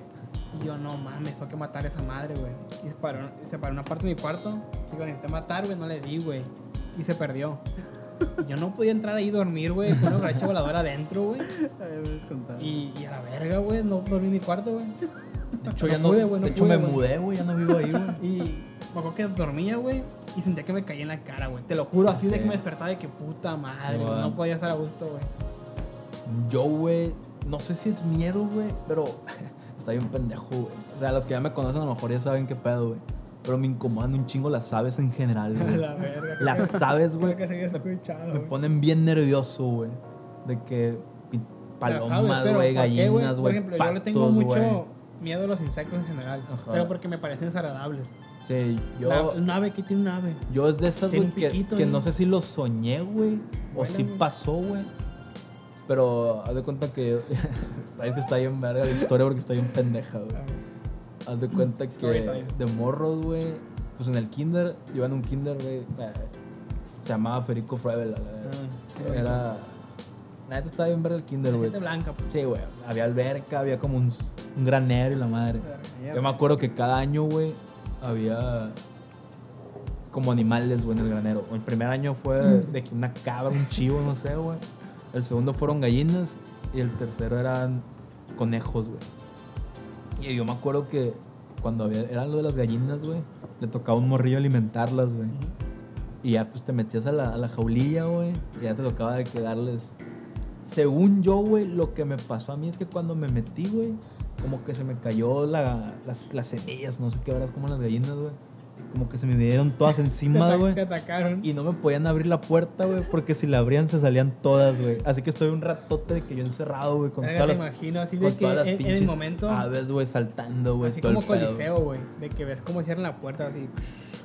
Speaker 3: Y yo, no mames, tengo que matar a esa madre, güey. Y se paró, y se paró una parte de mi cuarto. Digo, intenté matar, güey, no le di, güey. Y se perdió. Y yo no podía entrar ahí y dormir, güey, con una borracha voladora adentro, güey. Y, y a la verga, güey, no dormí en mi cuarto, güey.
Speaker 1: De hecho, ya
Speaker 3: No
Speaker 1: no,
Speaker 3: pude, güey, no
Speaker 1: de hecho
Speaker 3: pude,
Speaker 1: me
Speaker 3: güey.
Speaker 1: mudé, güey, ya no vivo ahí, güey.
Speaker 3: Y me acuerdo que dormía, güey, y sentía que me caía en la cara, güey. Te lo juro, así de que me despertaba de que puta madre,
Speaker 1: Sí,
Speaker 3: güey,
Speaker 1: man.
Speaker 3: no podía estar a gusto, güey.
Speaker 1: Yo, güey, no sé si es miedo, güey, pero [laughs] está bien pendejo, güey. O sea, los que ya me conocen a lo mejor ya saben qué pedo, güey. Pero me incomodan un chingo las aves en
Speaker 3: [laughs]
Speaker 1: general,
Speaker 3: A
Speaker 1: güey.
Speaker 3: la verga.
Speaker 1: Las aves,
Speaker 3: Creo
Speaker 1: güey,
Speaker 3: que se había escuchado,
Speaker 1: me
Speaker 3: güey.
Speaker 1: ponen bien nervioso, güey. De que pi-
Speaker 3: Las aves,
Speaker 1: palomas,
Speaker 3: pero
Speaker 1: güey,
Speaker 3: ¿por qué,
Speaker 1: gallinas,
Speaker 3: Por
Speaker 1: güey.
Speaker 3: ejemplo, yo le
Speaker 1: patos,
Speaker 3: tengo mucho
Speaker 1: güey.
Speaker 3: miedo a los insectos en general,
Speaker 1: Ajá.
Speaker 3: pero porque me parecen desagradables.
Speaker 1: Sí, yo.
Speaker 3: La- un ave, ¿qué tiene un ave?
Speaker 1: Yo es de esas, güey,
Speaker 3: Tiene un
Speaker 1: que,
Speaker 3: piquito
Speaker 1: que
Speaker 3: ahí.
Speaker 1: no sé si lo soñé, güey, o
Speaker 3: Vuela,
Speaker 1: si
Speaker 3: güey.
Speaker 1: pasó, güey. Pero haz de cuenta [laughs] que. es que está bien verga la historia porque está bien pendeja, güey. Haz de cuenta que
Speaker 3: Story time.
Speaker 1: de morros, güey. Pues en el kinder, yo en un kinder, güey. eh, se llamaba Federico Frevel. a la verga.
Speaker 3: Ah,
Speaker 1: Era. La neta estaba bien verga el kinder, güey.
Speaker 3: Gente blanca, pues.
Speaker 1: Sí, güey. Había alberca, había como un, s- un granero y la madre. Yo me acuerdo que cada año, güey, había como animales, güey, en el granero. El primer año fue de que una cabra, un chivo, no sé, güey. El segundo fueron gallinas y el tercero eran conejos, güey. Y yo me acuerdo que cuando había, eran lo de las gallinas, güey, le tocaba un morrillo alimentarlas, güey. Y ya pues te metías a la, a la jaulilla, güey. Y ya te tocaba de que darles. Según yo, güey, lo que me pasó a mí es que cuando me metí, güey, como que se me cayó la, las, las semillas, no sé qué verás, como las gallinas, güey. Como que se me dieron todas
Speaker 3: Te [laughs]
Speaker 1: encima,
Speaker 3: ata-
Speaker 1: güey.
Speaker 3: Te atacaron.
Speaker 1: Y no me podían abrir la puerta, güey, porque si la abrían se salían todas, güey. Así que estoy un ratote de que yo encerrado, güey, con
Speaker 3: Verga,
Speaker 1: todas
Speaker 3: te
Speaker 1: las,
Speaker 3: imagino así
Speaker 1: con
Speaker 3: de que
Speaker 1: todas las
Speaker 3: en, en
Speaker 1: pinches
Speaker 3: el momento,
Speaker 1: aves, güey, saltando, güey.
Speaker 3: así
Speaker 1: todo el
Speaker 3: como
Speaker 1: pedo.
Speaker 3: coliseo, güey, de que ves cómo cierran la puerta así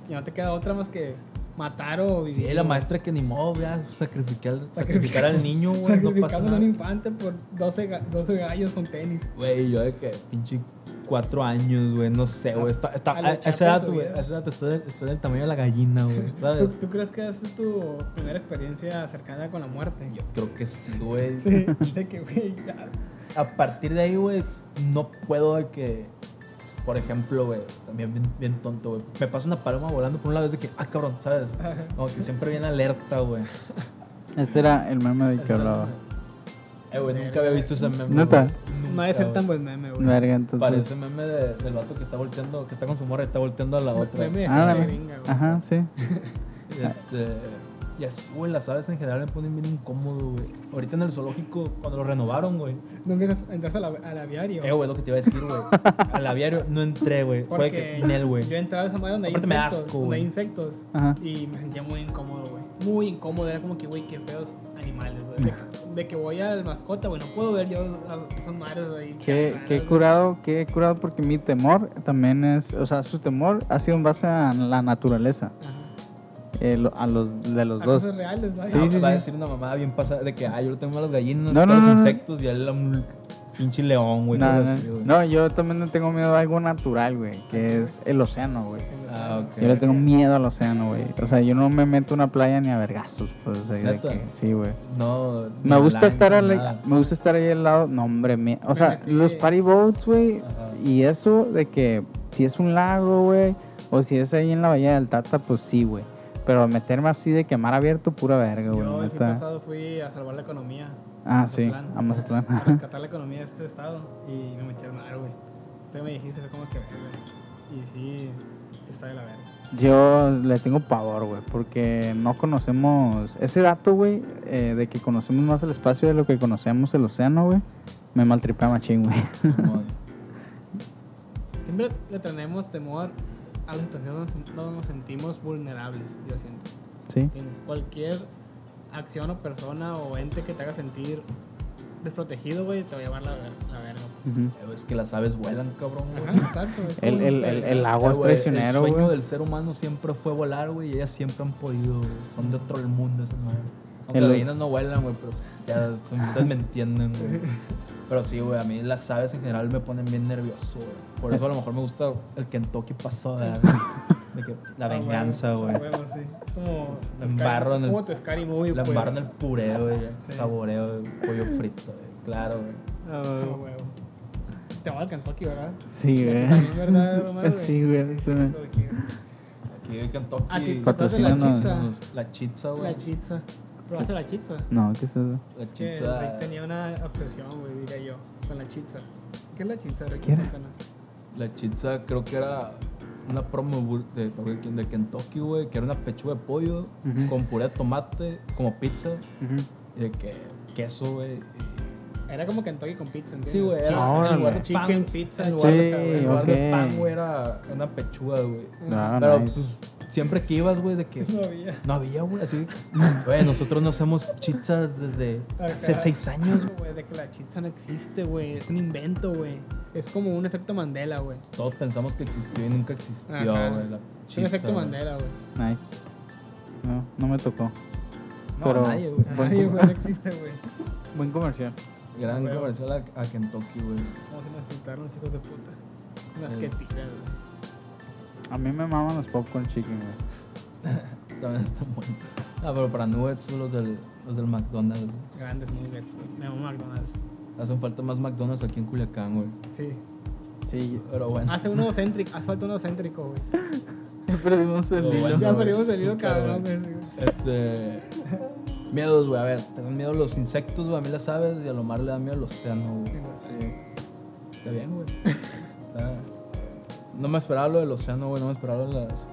Speaker 3: y no te queda otra más que matar o vivir.
Speaker 1: Sí, la
Speaker 3: [laughs] güey.
Speaker 1: maestra que ni modo, ya, sacrificar, sacrificar al niño, güey, no
Speaker 3: Sacrificamos
Speaker 1: pasa
Speaker 3: a un
Speaker 1: nada.
Speaker 3: infante por 12, ga- 12 gallos con tenis.
Speaker 1: Güey, yo de que pinche cuatro años, güey, no sé, güey. Está, está,
Speaker 3: Ah, A
Speaker 1: a,
Speaker 3: lo
Speaker 1: a
Speaker 3: chato
Speaker 1: esa edad,
Speaker 3: tu
Speaker 1: güey,
Speaker 3: vida.
Speaker 1: a esa edad está, está del tamaño de la gallina,
Speaker 3: [laughs]
Speaker 1: güey,
Speaker 3: ¿Tú,
Speaker 1: ¿sabes?
Speaker 3: tú crees que esa es tu primera experiencia cercana con la muerte?
Speaker 1: Yo creo que sí, güey.
Speaker 3: [laughs] Sí, de que, güey, ya.
Speaker 1: A partir de ahí, güey, no puedo de que. Por ejemplo, güey, también bien, bien tonto, güey. Me pasa una paloma volando por un lado, es de que, ah, cabrón, ¿sabes? Como que siempre bien alerta, güey.
Speaker 2: Este era el meme de que hablaba.
Speaker 1: Eh, güey, nunca había visto ese meme.
Speaker 2: Neta.
Speaker 1: güey.
Speaker 3: No debe ser
Speaker 1: güey.
Speaker 3: tan buen meme, güey.
Speaker 2: Verga, entonces.
Speaker 1: Parece meme de- del vato que está volteando, que está con su morra y está volteando a la otra.
Speaker 3: Meme de
Speaker 2: Ah, la
Speaker 3: gente
Speaker 2: me-
Speaker 3: gringa, güey.
Speaker 2: Ajá, sí.
Speaker 1: Este, y así, güey, las aves en general me ponen bien incómodo, güey. Ahorita en el zoológico, cuando lo renovaron, güey.
Speaker 3: Nunca entras- entras al av- al aviario.
Speaker 1: Eh, güey, lo que te iba a decir, güey.
Speaker 2: [laughs]
Speaker 1: Al aviario no entré, güey. Fue que Nel, güey.
Speaker 3: Yo entraba a esa madre donde hay
Speaker 1: Aparte me da
Speaker 3: insectos.
Speaker 1: asco,
Speaker 3: donde hay
Speaker 1: güey.
Speaker 3: insectos.
Speaker 2: Ajá.
Speaker 3: Y me sentía muy incómodo, güey. Muy incómodo. Era como que, güey, qué feos animales, güey. De, que- de que voy al mascota, güey. No puedo ver yo a esas madres ahí.
Speaker 2: Qué,
Speaker 3: raras,
Speaker 2: qué
Speaker 3: güey.
Speaker 2: curado, qué curado porque mi temor también es, o sea, su temor ha sido en base a la naturaleza,
Speaker 3: Ajá.
Speaker 2: eh, lo- a los de los
Speaker 3: A
Speaker 2: dos.
Speaker 3: cosas reales, ¿no?
Speaker 1: Ah,
Speaker 2: Sí, sí,
Speaker 1: va a
Speaker 2: sí.
Speaker 1: decir una mamada bien pasada de que, ah, yo lo tengo a las gallinas,
Speaker 2: No,
Speaker 1: a
Speaker 2: no,
Speaker 1: los
Speaker 2: no, no.
Speaker 1: insectos y a él a un pinche león, güey.
Speaker 2: No,
Speaker 1: cosas
Speaker 2: no,
Speaker 1: así, güey.
Speaker 2: no, yo también le tengo miedo a algo natural, güey, que es el océano, güey.
Speaker 1: Ah, ok.
Speaker 2: Yo le tengo miedo al océano, güey. O sea, yo no me meto a una playa ni a vergazos, pues, de- de
Speaker 1: ¿Neta?
Speaker 2: que- sí, güey.
Speaker 1: No,
Speaker 2: Me
Speaker 1: ni
Speaker 2: gusta
Speaker 1: blanco,
Speaker 2: estar al-
Speaker 1: nada.
Speaker 2: me gusta estar ahí al lado, no hombre, me- o
Speaker 3: Me
Speaker 2: sea,
Speaker 3: metí-
Speaker 2: los party boats, güey, [laughs]
Speaker 1: Ajá.
Speaker 2: y eso de que si es un lago, güey, o si es ahí en la Bahía del Tata, pues sí, güey. Pero meterme así de quemar abierto, pura verga, güey.
Speaker 3: Yo el fin
Speaker 2: neta.
Speaker 3: pasado fui a salvar la economía.
Speaker 2: Ah,
Speaker 3: a
Speaker 2: sí,
Speaker 3: Mazatlán.
Speaker 2: a Mazatlán.
Speaker 3: [laughs] a rescatar la economía de este estado y me metí al mar, güey. Entonces me dijiste, fue como que verga. Y sí, sí está de la verga.
Speaker 2: Yo le tengo pavor, güey, porque no conocemos. Ese dato, güey, eh, de que conocemos más el espacio de lo que conocemos el océano, güey, me maltripea machín, güey. [laughs]
Speaker 1: Simón.
Speaker 3: Siempre le tenemos temor a las situaciones donde nos- nos sentimos vulnerables, yo siento.
Speaker 2: Sí,
Speaker 3: Tienes cualquier acción o persona o ente que te haga sentir desprotegido, güey, te va a llevar la, ver- la verga.
Speaker 2: ujú.
Speaker 1: Eh, Es que las aves vuelan, cabrón, güey.
Speaker 3: Ajá, exacto. es como
Speaker 2: El, el,
Speaker 3: una
Speaker 2: el, el
Speaker 3: superioridad.
Speaker 2: agua
Speaker 1: Eh,
Speaker 2: es
Speaker 1: güey,
Speaker 2: traicionero,
Speaker 1: El
Speaker 2: güey.
Speaker 1: sueño del ser humano siempre fue volar, güey, y ellas siempre han podido, güey. Son de otro mundo esas madres. Aunque
Speaker 2: El-
Speaker 1: las gallinas no vuelan, güey, pero ya son- ustedes me entienden,
Speaker 3: [laughs]
Speaker 1: güey. Pero sí, güey, a mí las aves en general me ponen bien nervioso, güey. Por eso a lo mejor me gusta el Kentucky pasó de,
Speaker 3: [laughs]
Speaker 1: de que la
Speaker 3: Ah, güey,
Speaker 1: venganza,
Speaker 3: a
Speaker 1: güey.
Speaker 3: huevo, sí. Es como,
Speaker 1: La embarro
Speaker 3: es
Speaker 1: en el-
Speaker 3: como tu Scary Movie,
Speaker 1: La
Speaker 3: pues.
Speaker 1: embarran el puré, güey,
Speaker 3: Sí.
Speaker 1: saboreo, güey, pollo frito, güey. Claro, güey.
Speaker 3: Ah, huevo. sistema del Kentucky, ¿verdad?
Speaker 1: [laughs]
Speaker 2: Sí,
Speaker 3: De que
Speaker 2: güey.
Speaker 3: También, ¿verdad, Román,
Speaker 2: [laughs] Sí, güey, se me-
Speaker 3: Kentucky.
Speaker 1: Aquí en
Speaker 3: Ah,
Speaker 1: Kentucky.
Speaker 3: ¿te acuerdas de la
Speaker 2: Patrocínanos.
Speaker 3: chizza?
Speaker 1: La chizza, güey.
Speaker 3: La chizza. Probaste la chizza.
Speaker 2: No, ¿qué es eso?
Speaker 1: La
Speaker 3: Que el Rick
Speaker 1: chizza.
Speaker 3: tenía una obsesión, güey, diría yo, con la chizza. ¿Qué es la chizza, Rick?
Speaker 2: ¿Qué era?
Speaker 3: Cuéntanos.
Speaker 1: La chizza creo que era una promo bur- de, Burger King de Kentucky, güey, que era una pechuga de pollo con puré de tomate, como pizza, y de que queso, güey. y-
Speaker 3: Era como Kentucky con pizza, ¿entiendes?
Speaker 1: Sí, güey, era
Speaker 2: Órale.
Speaker 1: en lugar de pan,
Speaker 3: Chicken pizza,
Speaker 1: en lugar, de-
Speaker 2: Sí,
Speaker 1: en lugar de
Speaker 2: ok.
Speaker 1: pan, güey, era una pechuga, güey.
Speaker 2: No,
Speaker 1: Pero
Speaker 2: nice.
Speaker 1: pues, siempre que ibas, güey, de que
Speaker 3: [laughs] No había.
Speaker 1: no había, güey, así, güey, nosotros no hacemos pizzas desde hace
Speaker 3: Acá.
Speaker 1: seis años, güey.
Speaker 3: [laughs] güey, de que la chizza no existe, güey. Es un invento, güey. Es como un efecto Mandela, güey.
Speaker 1: Todos pensamos que existió y nunca existió, güey.
Speaker 3: Ajá.
Speaker 1: la
Speaker 3: Es un
Speaker 1: pizza,
Speaker 3: efecto
Speaker 1: güey.
Speaker 3: Mandela, güey.
Speaker 2: Nice. No, no me tocó.
Speaker 1: No,
Speaker 2: Pero-
Speaker 1: nadie, güey.
Speaker 2: Buen
Speaker 3: Ay,
Speaker 2: com-
Speaker 3: güey, no existe, güey.
Speaker 2: Buen comercial.
Speaker 1: Gran
Speaker 3: Huevo.
Speaker 1: comercial a, a Kentucky, güey.
Speaker 3: Vamos a necesitar unos hijos de puta. Unas
Speaker 1: Es-
Speaker 3: que tiran, güey.
Speaker 2: A mí me maman los popcorn chicken, güey.
Speaker 1: También está bueno. Ah, pero para nuggets son los del, los del McDonald's. güey.
Speaker 3: Grandes nuggets, güey. Me amo McDonald's.
Speaker 1: Hacen falta más McDonald's aquí en Culiacán, güey.
Speaker 3: Sí.
Speaker 2: Sí,
Speaker 1: Pero bueno.
Speaker 3: Hace uno céntrico, hace falta uno céntrico, güey.
Speaker 2: ya [laughs] perdimos el
Speaker 1: Pero
Speaker 2: hilo.
Speaker 1: bueno,
Speaker 3: Ya
Speaker 1: güey,
Speaker 3: perdimos el hilo,
Speaker 1: súper,
Speaker 3: cabrón,
Speaker 1: güey.
Speaker 3: güey.
Speaker 1: Este. Miedos, güey. A ver, tengo miedo a los insectos, güey. A mí las aves y a lo mar le da miedo al océano, güey.
Speaker 2: Sí.
Speaker 1: Está bien, güey. Está. No me esperaba lo del océano, güey. No me esperaba lo de las.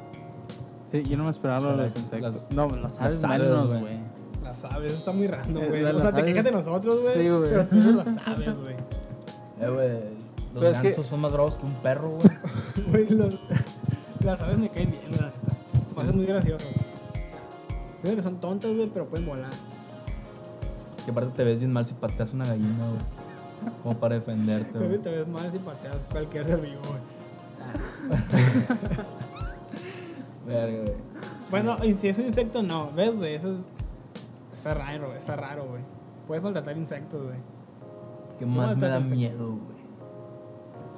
Speaker 2: Sí, yo no me esperaba lo de los
Speaker 1: Las-
Speaker 2: insectos.
Speaker 1: las-
Speaker 2: No, las aves
Speaker 1: las aves,
Speaker 2: menos,
Speaker 1: güey.
Speaker 2: güey.
Speaker 3: Las aves, eso está muy random,
Speaker 2: Eh,
Speaker 3: güey.
Speaker 2: la-
Speaker 3: O sea,
Speaker 2: las
Speaker 3: te
Speaker 2: aves-
Speaker 3: quejas de nosotros, güey.
Speaker 2: Sí, güey.
Speaker 3: Pero tú no las
Speaker 2: [laughs]
Speaker 3: sabes, güey.
Speaker 1: Eh, güey. Los
Speaker 2: Pero es que-
Speaker 1: gansos son más bravos que un perro, güey.
Speaker 3: Güey, los- [laughs] las aves me caen bien, la neta. Se me hacen muy graciosas. Creo que son tontas, güey, pero pueden volar.
Speaker 1: que aparte te ves bien mal si pateas una gallina, güey. Como para defenderte,
Speaker 3: Creo que
Speaker 1: güey.
Speaker 3: te ves mal si pateas cualquier ser vivo, güey.
Speaker 1: Verga, güey.
Speaker 3: Bueno, y si es un insecto, no. ¿Ves, güey? Eso es... está raro, está raro, güey. Puedes maltratar insectos, güey.
Speaker 1: ¿Qué
Speaker 3: ¿Cómo
Speaker 1: más me
Speaker 3: estás,
Speaker 1: da
Speaker 3: Axel?
Speaker 1: miedo, güey?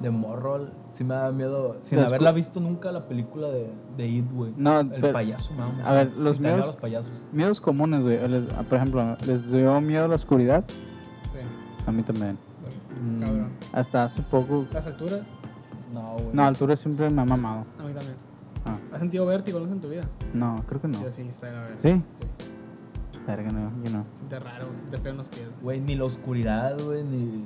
Speaker 1: De morro, sí me da miedo. Sin
Speaker 2: ¿Sabes
Speaker 1: haberla visto nunca la película de, de It, güey.
Speaker 2: No,
Speaker 1: El
Speaker 3: pues,
Speaker 2: pero-
Speaker 1: payaso, me da un-
Speaker 2: a ver, los
Speaker 1: Y también
Speaker 2: míos-
Speaker 1: a los payasos.
Speaker 2: Miedos comunes, güey. Les- ah, Por ejemplo, les dio miedo a la oscuridad.
Speaker 3: Sí.
Speaker 2: A mí también. Mm.
Speaker 3: bueno, Cabrón.
Speaker 2: Hasta hace poco.
Speaker 3: Las alturas,
Speaker 1: No, güey.
Speaker 2: No, altura siempre me ha mamado.
Speaker 3: a mí también.
Speaker 2: Ah,
Speaker 3: ¿Has sentido vértigo en tu vida?
Speaker 2: no, creo que no.
Speaker 3: Yo sí, está en la verga.
Speaker 2: ¿Sí?
Speaker 3: Sí.
Speaker 2: Verga, no, yo no.
Speaker 3: Siente raro, siente feo en los pies.
Speaker 1: Güey, ni la oscuridad, güey, ni,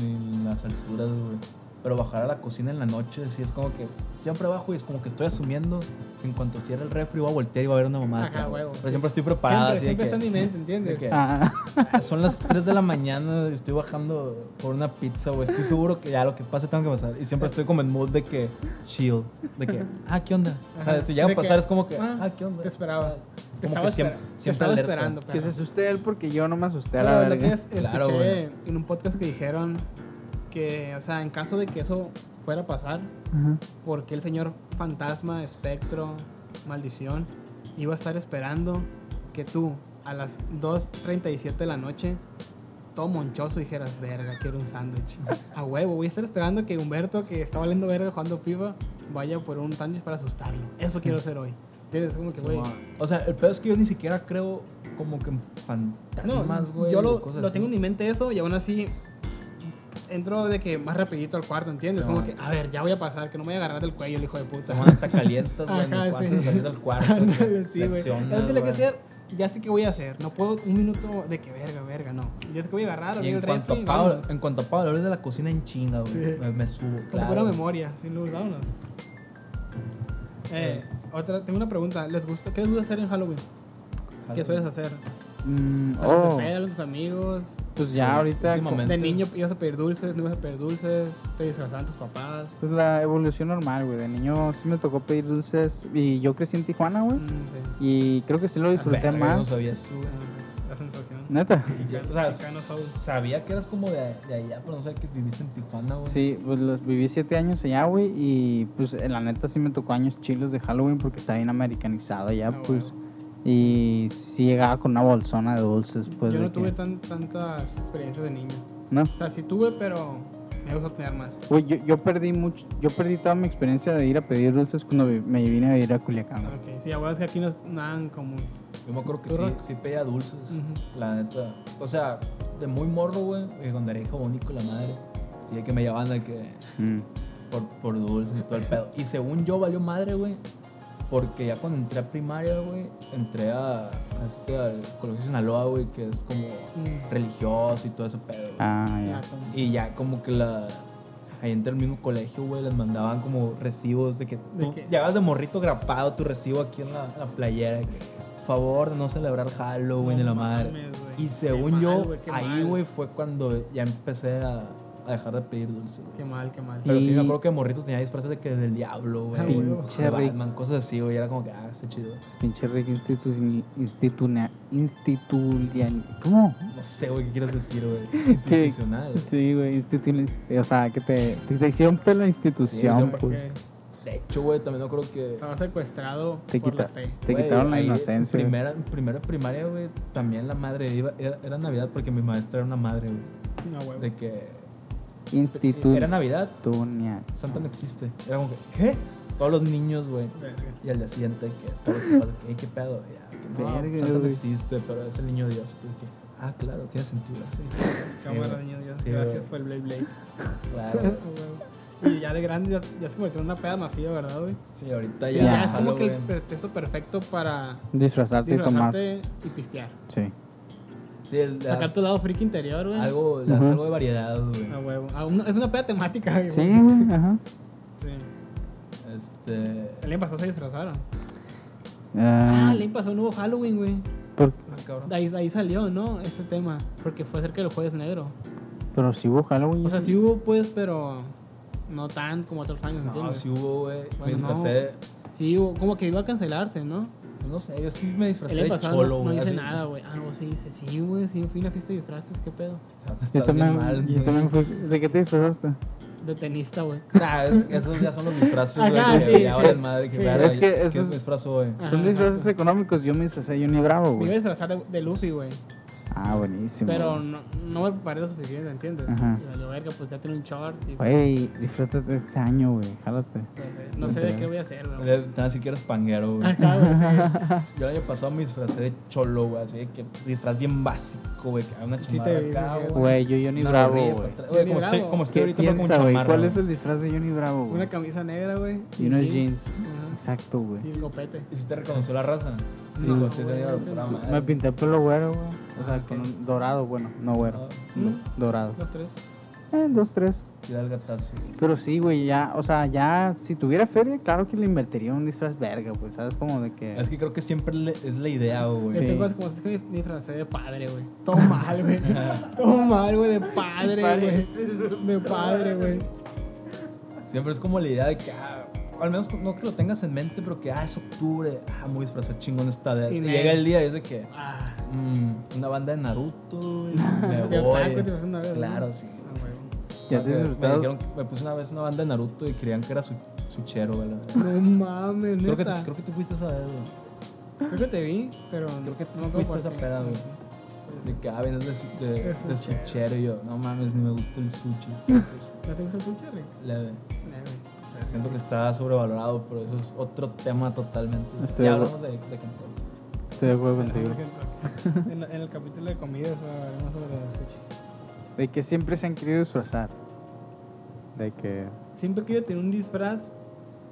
Speaker 1: ni las alturas, güey. Pero bajar a la cocina en la noche, sí, es como que siempre bajo y es como que estoy asumiendo que en cuanto cierre el refri voy a voltear y va a haber una mamada.
Speaker 3: Ajá, huevo,
Speaker 1: Pero
Speaker 3: sí.
Speaker 1: siempre estoy preparado,
Speaker 3: Siempre,
Speaker 1: así [laughs] de que-
Speaker 3: siempre está en mi mente, ¿entiendes?
Speaker 1: de que-
Speaker 2: Ah,
Speaker 1: Ah, Son las 3 de la mañana, estoy bajando por una pizza, güey. Estoy seguro que ya lo que pase tengo que pasar. Y siempre estoy como en mood de que chill, de que, ah, ¿qué onda? O sea,
Speaker 3: Ajá.
Speaker 1: si llega
Speaker 3: De
Speaker 1: a pasar es como que, ah, ¿qué onda?
Speaker 3: Te esperaba. Te
Speaker 1: Como
Speaker 3: estaba,
Speaker 1: que siempre,
Speaker 3: espera- te
Speaker 1: siempre
Speaker 3: estaba
Speaker 1: alerta.
Speaker 3: esperando,
Speaker 2: que se
Speaker 3: perro.
Speaker 2: asuste él porque yo no me asusté a la
Speaker 3: Pero lo que
Speaker 2: verga.
Speaker 3: es- escuché
Speaker 1: Claro, güey.
Speaker 3: en un podcast que dijeron que, o sea, en caso de que eso fuera a pasar,
Speaker 2: Ajá.
Speaker 3: ¿por qué el señor fantasma, espectro, maldición, iba a estar esperando que tú a las 2.37 de la noche, todo monchoso, dijeras, verga, quiero un sándwich? A huevo, voy a estar esperando que Humberto, que está valiendo verga jugando FIFA, vaya por un sándwich para asustarlo. Eso quiero hacer hoy. ¿Entiendes? Como que, güey.
Speaker 1: O sea, el pedo es que yo ni siquiera creo como que en fantasmas, güey.
Speaker 3: yo
Speaker 1: o
Speaker 3: lo,
Speaker 1: cosas
Speaker 3: lo
Speaker 1: así.
Speaker 3: tengo en mi mente eso y aún así entro de que más rapidito al cuarto, ¿entiendes?
Speaker 1: Sí,
Speaker 3: Como
Speaker 1: man.
Speaker 3: que, a ver, ya voy a pasar, que no me voy a agarrar del cuello el hijo de
Speaker 1: Te
Speaker 3: puta.
Speaker 1: van
Speaker 3: [laughs]
Speaker 1: hasta calientas, güey, en
Speaker 3: Ajá,
Speaker 1: el cuarto,
Speaker 3: sí.
Speaker 1: de salir del cuarto. de que
Speaker 3: [laughs] Ándale, sí, güey.
Speaker 1: flexionas,
Speaker 3: Ya sé lo que
Speaker 1: güey.
Speaker 3: hacer, ya sé qué voy a hacer. No puedo un minuto de que verga, verga, no. Ya sé que voy a agarrar,
Speaker 1: Y
Speaker 3: abrir
Speaker 1: en
Speaker 3: el
Speaker 1: cuanto,
Speaker 3: refri,
Speaker 1: apago,
Speaker 3: vámonos.
Speaker 1: en cuanto apago la luz de la cocina en chinga, güey.
Speaker 3: Sí.
Speaker 1: Me, me subo,
Speaker 3: Con
Speaker 1: claro.
Speaker 3: pura memoria, sin luz, vámonos. Eh, otra, tengo una pregunta. ¿Les gusta, ¿Qué les gusta hacer en Halloween? ¿Qué sueles hacer?
Speaker 2: Mm,
Speaker 3: ¿Sales
Speaker 2: oh,
Speaker 3: de pedo con tus amigos?
Speaker 2: pues ya ahorita.
Speaker 1: Últimamente.
Speaker 3: De
Speaker 1: Mente.
Speaker 3: niño ibas a pedir dulces, no ibas a pedir dulces, te disfrazaban tus papás.
Speaker 2: Pues la evolución normal, güey. De niño sí me tocó pedir dulces. Y yo crecí en Tijuana, güey.
Speaker 3: Mm, sí. Ah,
Speaker 2: Y creo que sí lo disfruté
Speaker 1: Verga, yo No
Speaker 2: más.
Speaker 1: sabía eso, güey.
Speaker 3: La sensación.
Speaker 2: Neta.
Speaker 1: Yo,
Speaker 3: Chicano,
Speaker 1: o sea,
Speaker 3: chicano soul.
Speaker 1: sabía que eras como de, de allá, pero no sabía que viviste en Tijuana, güey.
Speaker 2: Sí, pues los viví siete años allá, güey. Y pues eh, la neta sí me tocó años chilos de Halloween porque está bien americanizado allá,
Speaker 3: Ah,
Speaker 2: pues. Y sí llegaba con una bolsona de dulces, pues.
Speaker 3: Yo
Speaker 2: de
Speaker 3: no tuve
Speaker 2: que-
Speaker 3: tan, tantas experiencias de niño.
Speaker 2: No.
Speaker 3: O sea, sí tuve, pero me gusta tener más.
Speaker 2: Güey, yo, yo perdí mucho, yo perdí toda mi experiencia de ir a pedir dulces cuando vi- me vine a vivir a Culiacán. güey.
Speaker 3: Ok, sí, abuelas que aquí no es nada en común.
Speaker 1: Yo me acuerdo que
Speaker 3: ¿Tú,
Speaker 1: sí,
Speaker 3: Rock?
Speaker 1: sí pedía dulces,
Speaker 3: Ujú.
Speaker 1: la neta. O sea, de muy morro, güey, eh, cuando era hijo único y la madre. Y de que me llevaban de que
Speaker 2: Mm.
Speaker 1: por, por dulces y todo el pedo. Y según yo valió madre, güey. Porque ya cuando entré a primaria, güey, entré a, a este, al Colegio Sinaloa, güey, que es como
Speaker 3: Mm.
Speaker 1: religioso y todo ese pedo. güey.
Speaker 2: Ah, ya.
Speaker 3: Plato.
Speaker 1: Y ya como que la... Ahí entre el mismo colegio, güey, les mandaban como recibos de que tú
Speaker 3: que-
Speaker 1: llegabas de morrito grapado tu recibo aquí en la, en la playera. de que, favor de no celebrar Halloween
Speaker 3: No
Speaker 1: de la madre.
Speaker 3: mames, güey.
Speaker 1: y
Speaker 3: Qué
Speaker 1: según
Speaker 3: mal,
Speaker 1: yo,
Speaker 3: güey, qué
Speaker 1: ahí,
Speaker 3: mal.
Speaker 1: güey, fue cuando ya empecé a, a dejar de pedir dulce, güey.
Speaker 3: Qué mal, qué mal.
Speaker 1: Pero sí me
Speaker 2: Y-
Speaker 1: acuerdo que de morrito tenía disfraces de que del diablo, güey.
Speaker 3: Ah,
Speaker 1: de
Speaker 3: huevo.
Speaker 2: Pinche Rick.
Speaker 1: Batman, cosas así, güey. y Era como que, ah, está chido.
Speaker 2: Pinche Rick institu- instituna- institulian- ¿Cómo?
Speaker 1: No sé, güey, ¿qué quieres decir, güey?
Speaker 2: [laughs] Que-
Speaker 1: Institucional.
Speaker 2: Sí, güey, institulis- O sea, que te, te, te hicieron por la
Speaker 1: Sí,
Speaker 2: institución,
Speaker 1: hicieron-
Speaker 2: pues.
Speaker 3: Que
Speaker 1: De hecho, güey, también me acuerdo que...
Speaker 3: Estaba secuestrado
Speaker 2: Te,
Speaker 3: por
Speaker 2: quita-
Speaker 3: la fe.
Speaker 2: te
Speaker 1: Güey,
Speaker 2: quitaron la
Speaker 1: ahí en
Speaker 2: inocencia. güey.
Speaker 1: Primera, en primera primaria, güey, también la madre iba, era, era Navidad porque mi maestra era una madre, güey.
Speaker 3: No, huevo.
Speaker 1: De que
Speaker 2: Institutunia.
Speaker 1: era Navidad, Santa no existe. Era como que, ¿qué? Todos los niños, güey.
Speaker 3: Verga.
Speaker 1: Y al día siguiente, que todos los papás, que, "Ey, ¿qué pedo? Ya, que no,
Speaker 2: Verga,
Speaker 1: Santa no
Speaker 2: güey.
Speaker 1: existe, pero es el niño Dios. Y tú de que, ah, claro, tiene sentido.
Speaker 3: Sí.
Speaker 1: Sí,
Speaker 3: Cámara,
Speaker 1: güey.
Speaker 3: niño Dios.
Speaker 1: Sí,
Speaker 3: Gracias
Speaker 1: güey.
Speaker 3: por el Blade Blade.
Speaker 1: Claro.
Speaker 3: Ah,
Speaker 2: [laughs]
Speaker 1: güey.
Speaker 3: huevo. Y ya de grande ya, ya se convirtió en una peda masiva, ¿verdad, güey?
Speaker 1: Sí, ahorita
Speaker 3: Ya,
Speaker 1: ya.
Speaker 3: es como que el
Speaker 1: Halloween.
Speaker 3: pretexto perfecto para
Speaker 2: Disfrazarte y tomar.
Speaker 3: disfrazarte y pistear.
Speaker 2: Sí.
Speaker 1: Sí, el- le
Speaker 3: Sacar
Speaker 1: das
Speaker 3: tu lado friki interior, güey. Ah,
Speaker 1: algo, le das algo de variedad, güey.
Speaker 3: A huevo. A una- es una peda temática, güey.
Speaker 2: Sí, güey, ajá.
Speaker 3: Sí.
Speaker 1: Este.
Speaker 3: El año pasado se disfrazaron.
Speaker 2: Ah,
Speaker 3: Ah, el año pasado no hubo Halloween, güey.
Speaker 2: por-
Speaker 1: Ah, cabrón.
Speaker 3: De ahí, de ahí salió, ¿no? Este tema. Porque fue acerca del Jueves Negro.
Speaker 2: pero si hubo Halloween.
Speaker 3: O sea, sí hubo, pues, pero no tan como otros años,
Speaker 1: No,
Speaker 3: ¿entiendes?
Speaker 1: sí hubo, güey. me
Speaker 3: Bueno, no.
Speaker 1: disfracé.
Speaker 3: Sí, hubo- como que iba a cancelarse, ¿no?
Speaker 1: pues No sé, yo sí me disfracé
Speaker 3: El año
Speaker 1: de
Speaker 3: pasado
Speaker 1: cholo,
Speaker 3: no,
Speaker 1: güey.
Speaker 3: no hice
Speaker 1: así.
Speaker 3: nada, güey. Ah, no, sí, hice. Sí, güey, sí, fui a una fiesta de disfraces, qué pedo.
Speaker 1: O sea, estás
Speaker 2: yo también,
Speaker 1: bien mal,
Speaker 2: yo
Speaker 1: güey.
Speaker 2: también fui- ¿De qué te disfrazaste?
Speaker 3: De tenista, güey.
Speaker 1: Nah, es- esos ya son los disfraces, güey.
Speaker 3: Ajá,
Speaker 1: que
Speaker 3: sí,
Speaker 1: ya
Speaker 3: sí.
Speaker 1: valen madre, que
Speaker 3: Sí.
Speaker 1: verga,
Speaker 2: Es que
Speaker 1: ¿qué
Speaker 2: esos-
Speaker 1: me disfrazo, güey?
Speaker 3: Ajá,
Speaker 2: Son disfraces
Speaker 3: exacto.
Speaker 2: económicos. Yo me disfrazé de Johnny Bravo,
Speaker 3: Me iba a
Speaker 2: güey.
Speaker 3: disfrazar de, de Luffy, güey.
Speaker 2: Ah, buenísimo.
Speaker 3: Pero no, no me preparé lo suficiente, ¿entiendes?
Speaker 2: Ajá.
Speaker 3: Y valió verga, pues ya tengo un short. Y,
Speaker 2: Güey, disfrútate este año, güey. Jálate.
Speaker 3: pues, eh, no sé de qué voy a hacer, güey.
Speaker 1: Eh,
Speaker 3: [laughs]
Speaker 1: Nada, si quieres panguero, güey.
Speaker 3: Ajá, güey, sí.
Speaker 1: Yo el año pasado me disfracé de cholo, güey. Así de que disfraz bien básico, güey. Que hay una
Speaker 3: Sí te
Speaker 1: chamada
Speaker 3: vi,
Speaker 1: acá,
Speaker 3: sí, sí.
Speaker 2: Güey, yo Johnny
Speaker 1: una
Speaker 2: Bravo,
Speaker 1: gorrilla para
Speaker 2: güey.
Speaker 1: atrás. Güey,
Speaker 3: Johnny
Speaker 1: como estoy,
Speaker 3: Bravo.
Speaker 1: como estoy
Speaker 2: ¿Qué
Speaker 1: ahorita, pero con
Speaker 2: piensa, güey?
Speaker 1: chamarra.
Speaker 2: ¿Cuál es
Speaker 1: güey.
Speaker 2: el disfraz de Johnny Bravo, güey?
Speaker 3: Una camisa negra, güey.
Speaker 2: Y unos jeans.
Speaker 3: Ajá.
Speaker 2: Exacto, güey.
Speaker 3: Y el copete.
Speaker 1: ¿Y si te reconoció la raza? Sí,
Speaker 3: No,
Speaker 1: güey, sí,
Speaker 3: güey,
Speaker 1: señor,
Speaker 3: no
Speaker 1: pura
Speaker 3: entendí.
Speaker 1: madre.
Speaker 2: Me pinté el pelo güero, güey. O sea,
Speaker 3: Ah,
Speaker 2: con
Speaker 3: ok.
Speaker 2: un dorado, bueno, no güero.
Speaker 3: Mm,
Speaker 2: Dorado.
Speaker 3: Los tres.
Speaker 2: Eh, dos, tres.
Speaker 1: Sí, da el gatazo.
Speaker 2: Pero sí, güey, ya, o sea, ya, si tuviera feria, claro que le invertiría un disfraz verga, pues, ¿sabes? Como de que...
Speaker 1: Es que creo que siempre le- es la idea,
Speaker 3: Yo
Speaker 1: güey.
Speaker 2: Sí.
Speaker 3: tengo como es que mi disfrazé de padre, güey. Todo mal, güey. Todo mal, güey, de padre, güey. De padre, güey.
Speaker 1: Siempre es como la idea de que, ah, al menos no que lo tengas en mente, pero que, ah, es octubre, ah, muy disfrazado chingón esta vez.
Speaker 3: Y
Speaker 1: Y,
Speaker 3: nada.
Speaker 1: llega el día y es de que,
Speaker 3: Ah,
Speaker 1: mm, una banda de
Speaker 3: [laughs]
Speaker 1: Naruto, y me
Speaker 3: De
Speaker 1: voy.
Speaker 3: otaku te vas una vez, ¿no?
Speaker 1: claro, sí.
Speaker 3: ah, güey.
Speaker 1: Porque
Speaker 2: ya te
Speaker 1: me,
Speaker 2: disfrutado.
Speaker 1: dijeron que- me puse una vez una banda de Naruto y creían que era su, su chero,
Speaker 3: [laughs]
Speaker 1: güey, la verdad.
Speaker 3: No mames,
Speaker 1: Creo que,
Speaker 3: neta.
Speaker 1: creo que tú fuiste esa vez, güey.
Speaker 3: Creo que te vi, pero
Speaker 1: Creo que
Speaker 3: no
Speaker 1: tú
Speaker 3: me acuerdo
Speaker 1: fuiste
Speaker 3: por
Speaker 1: esa
Speaker 3: qué.
Speaker 1: peda, güey.
Speaker 3: Sí.
Speaker 1: De que, ah, vienes de su, de,
Speaker 3: De su
Speaker 1: de su
Speaker 3: chero.
Speaker 1: chero. Y yo, no mames, ni me gusta el sushi.
Speaker 3: [laughs] ¿No te gusta el sushi, Rick?
Speaker 1: Leve.
Speaker 3: No, güey.
Speaker 1: Siento que está sobrevalorado, pero eso es otro tema totalmente.
Speaker 2: Estoy
Speaker 1: ya
Speaker 2: Este de acuerdo.
Speaker 1: hablamos de, de Kentucky.
Speaker 2: Estoy de acuerdo contigo.
Speaker 3: Ah, En, en el capítulo de comidas hablaremos sobre el sushi.
Speaker 2: De que siempre se han querido disfrazar. De que...
Speaker 3: Siempre que yo tengo un disfraz,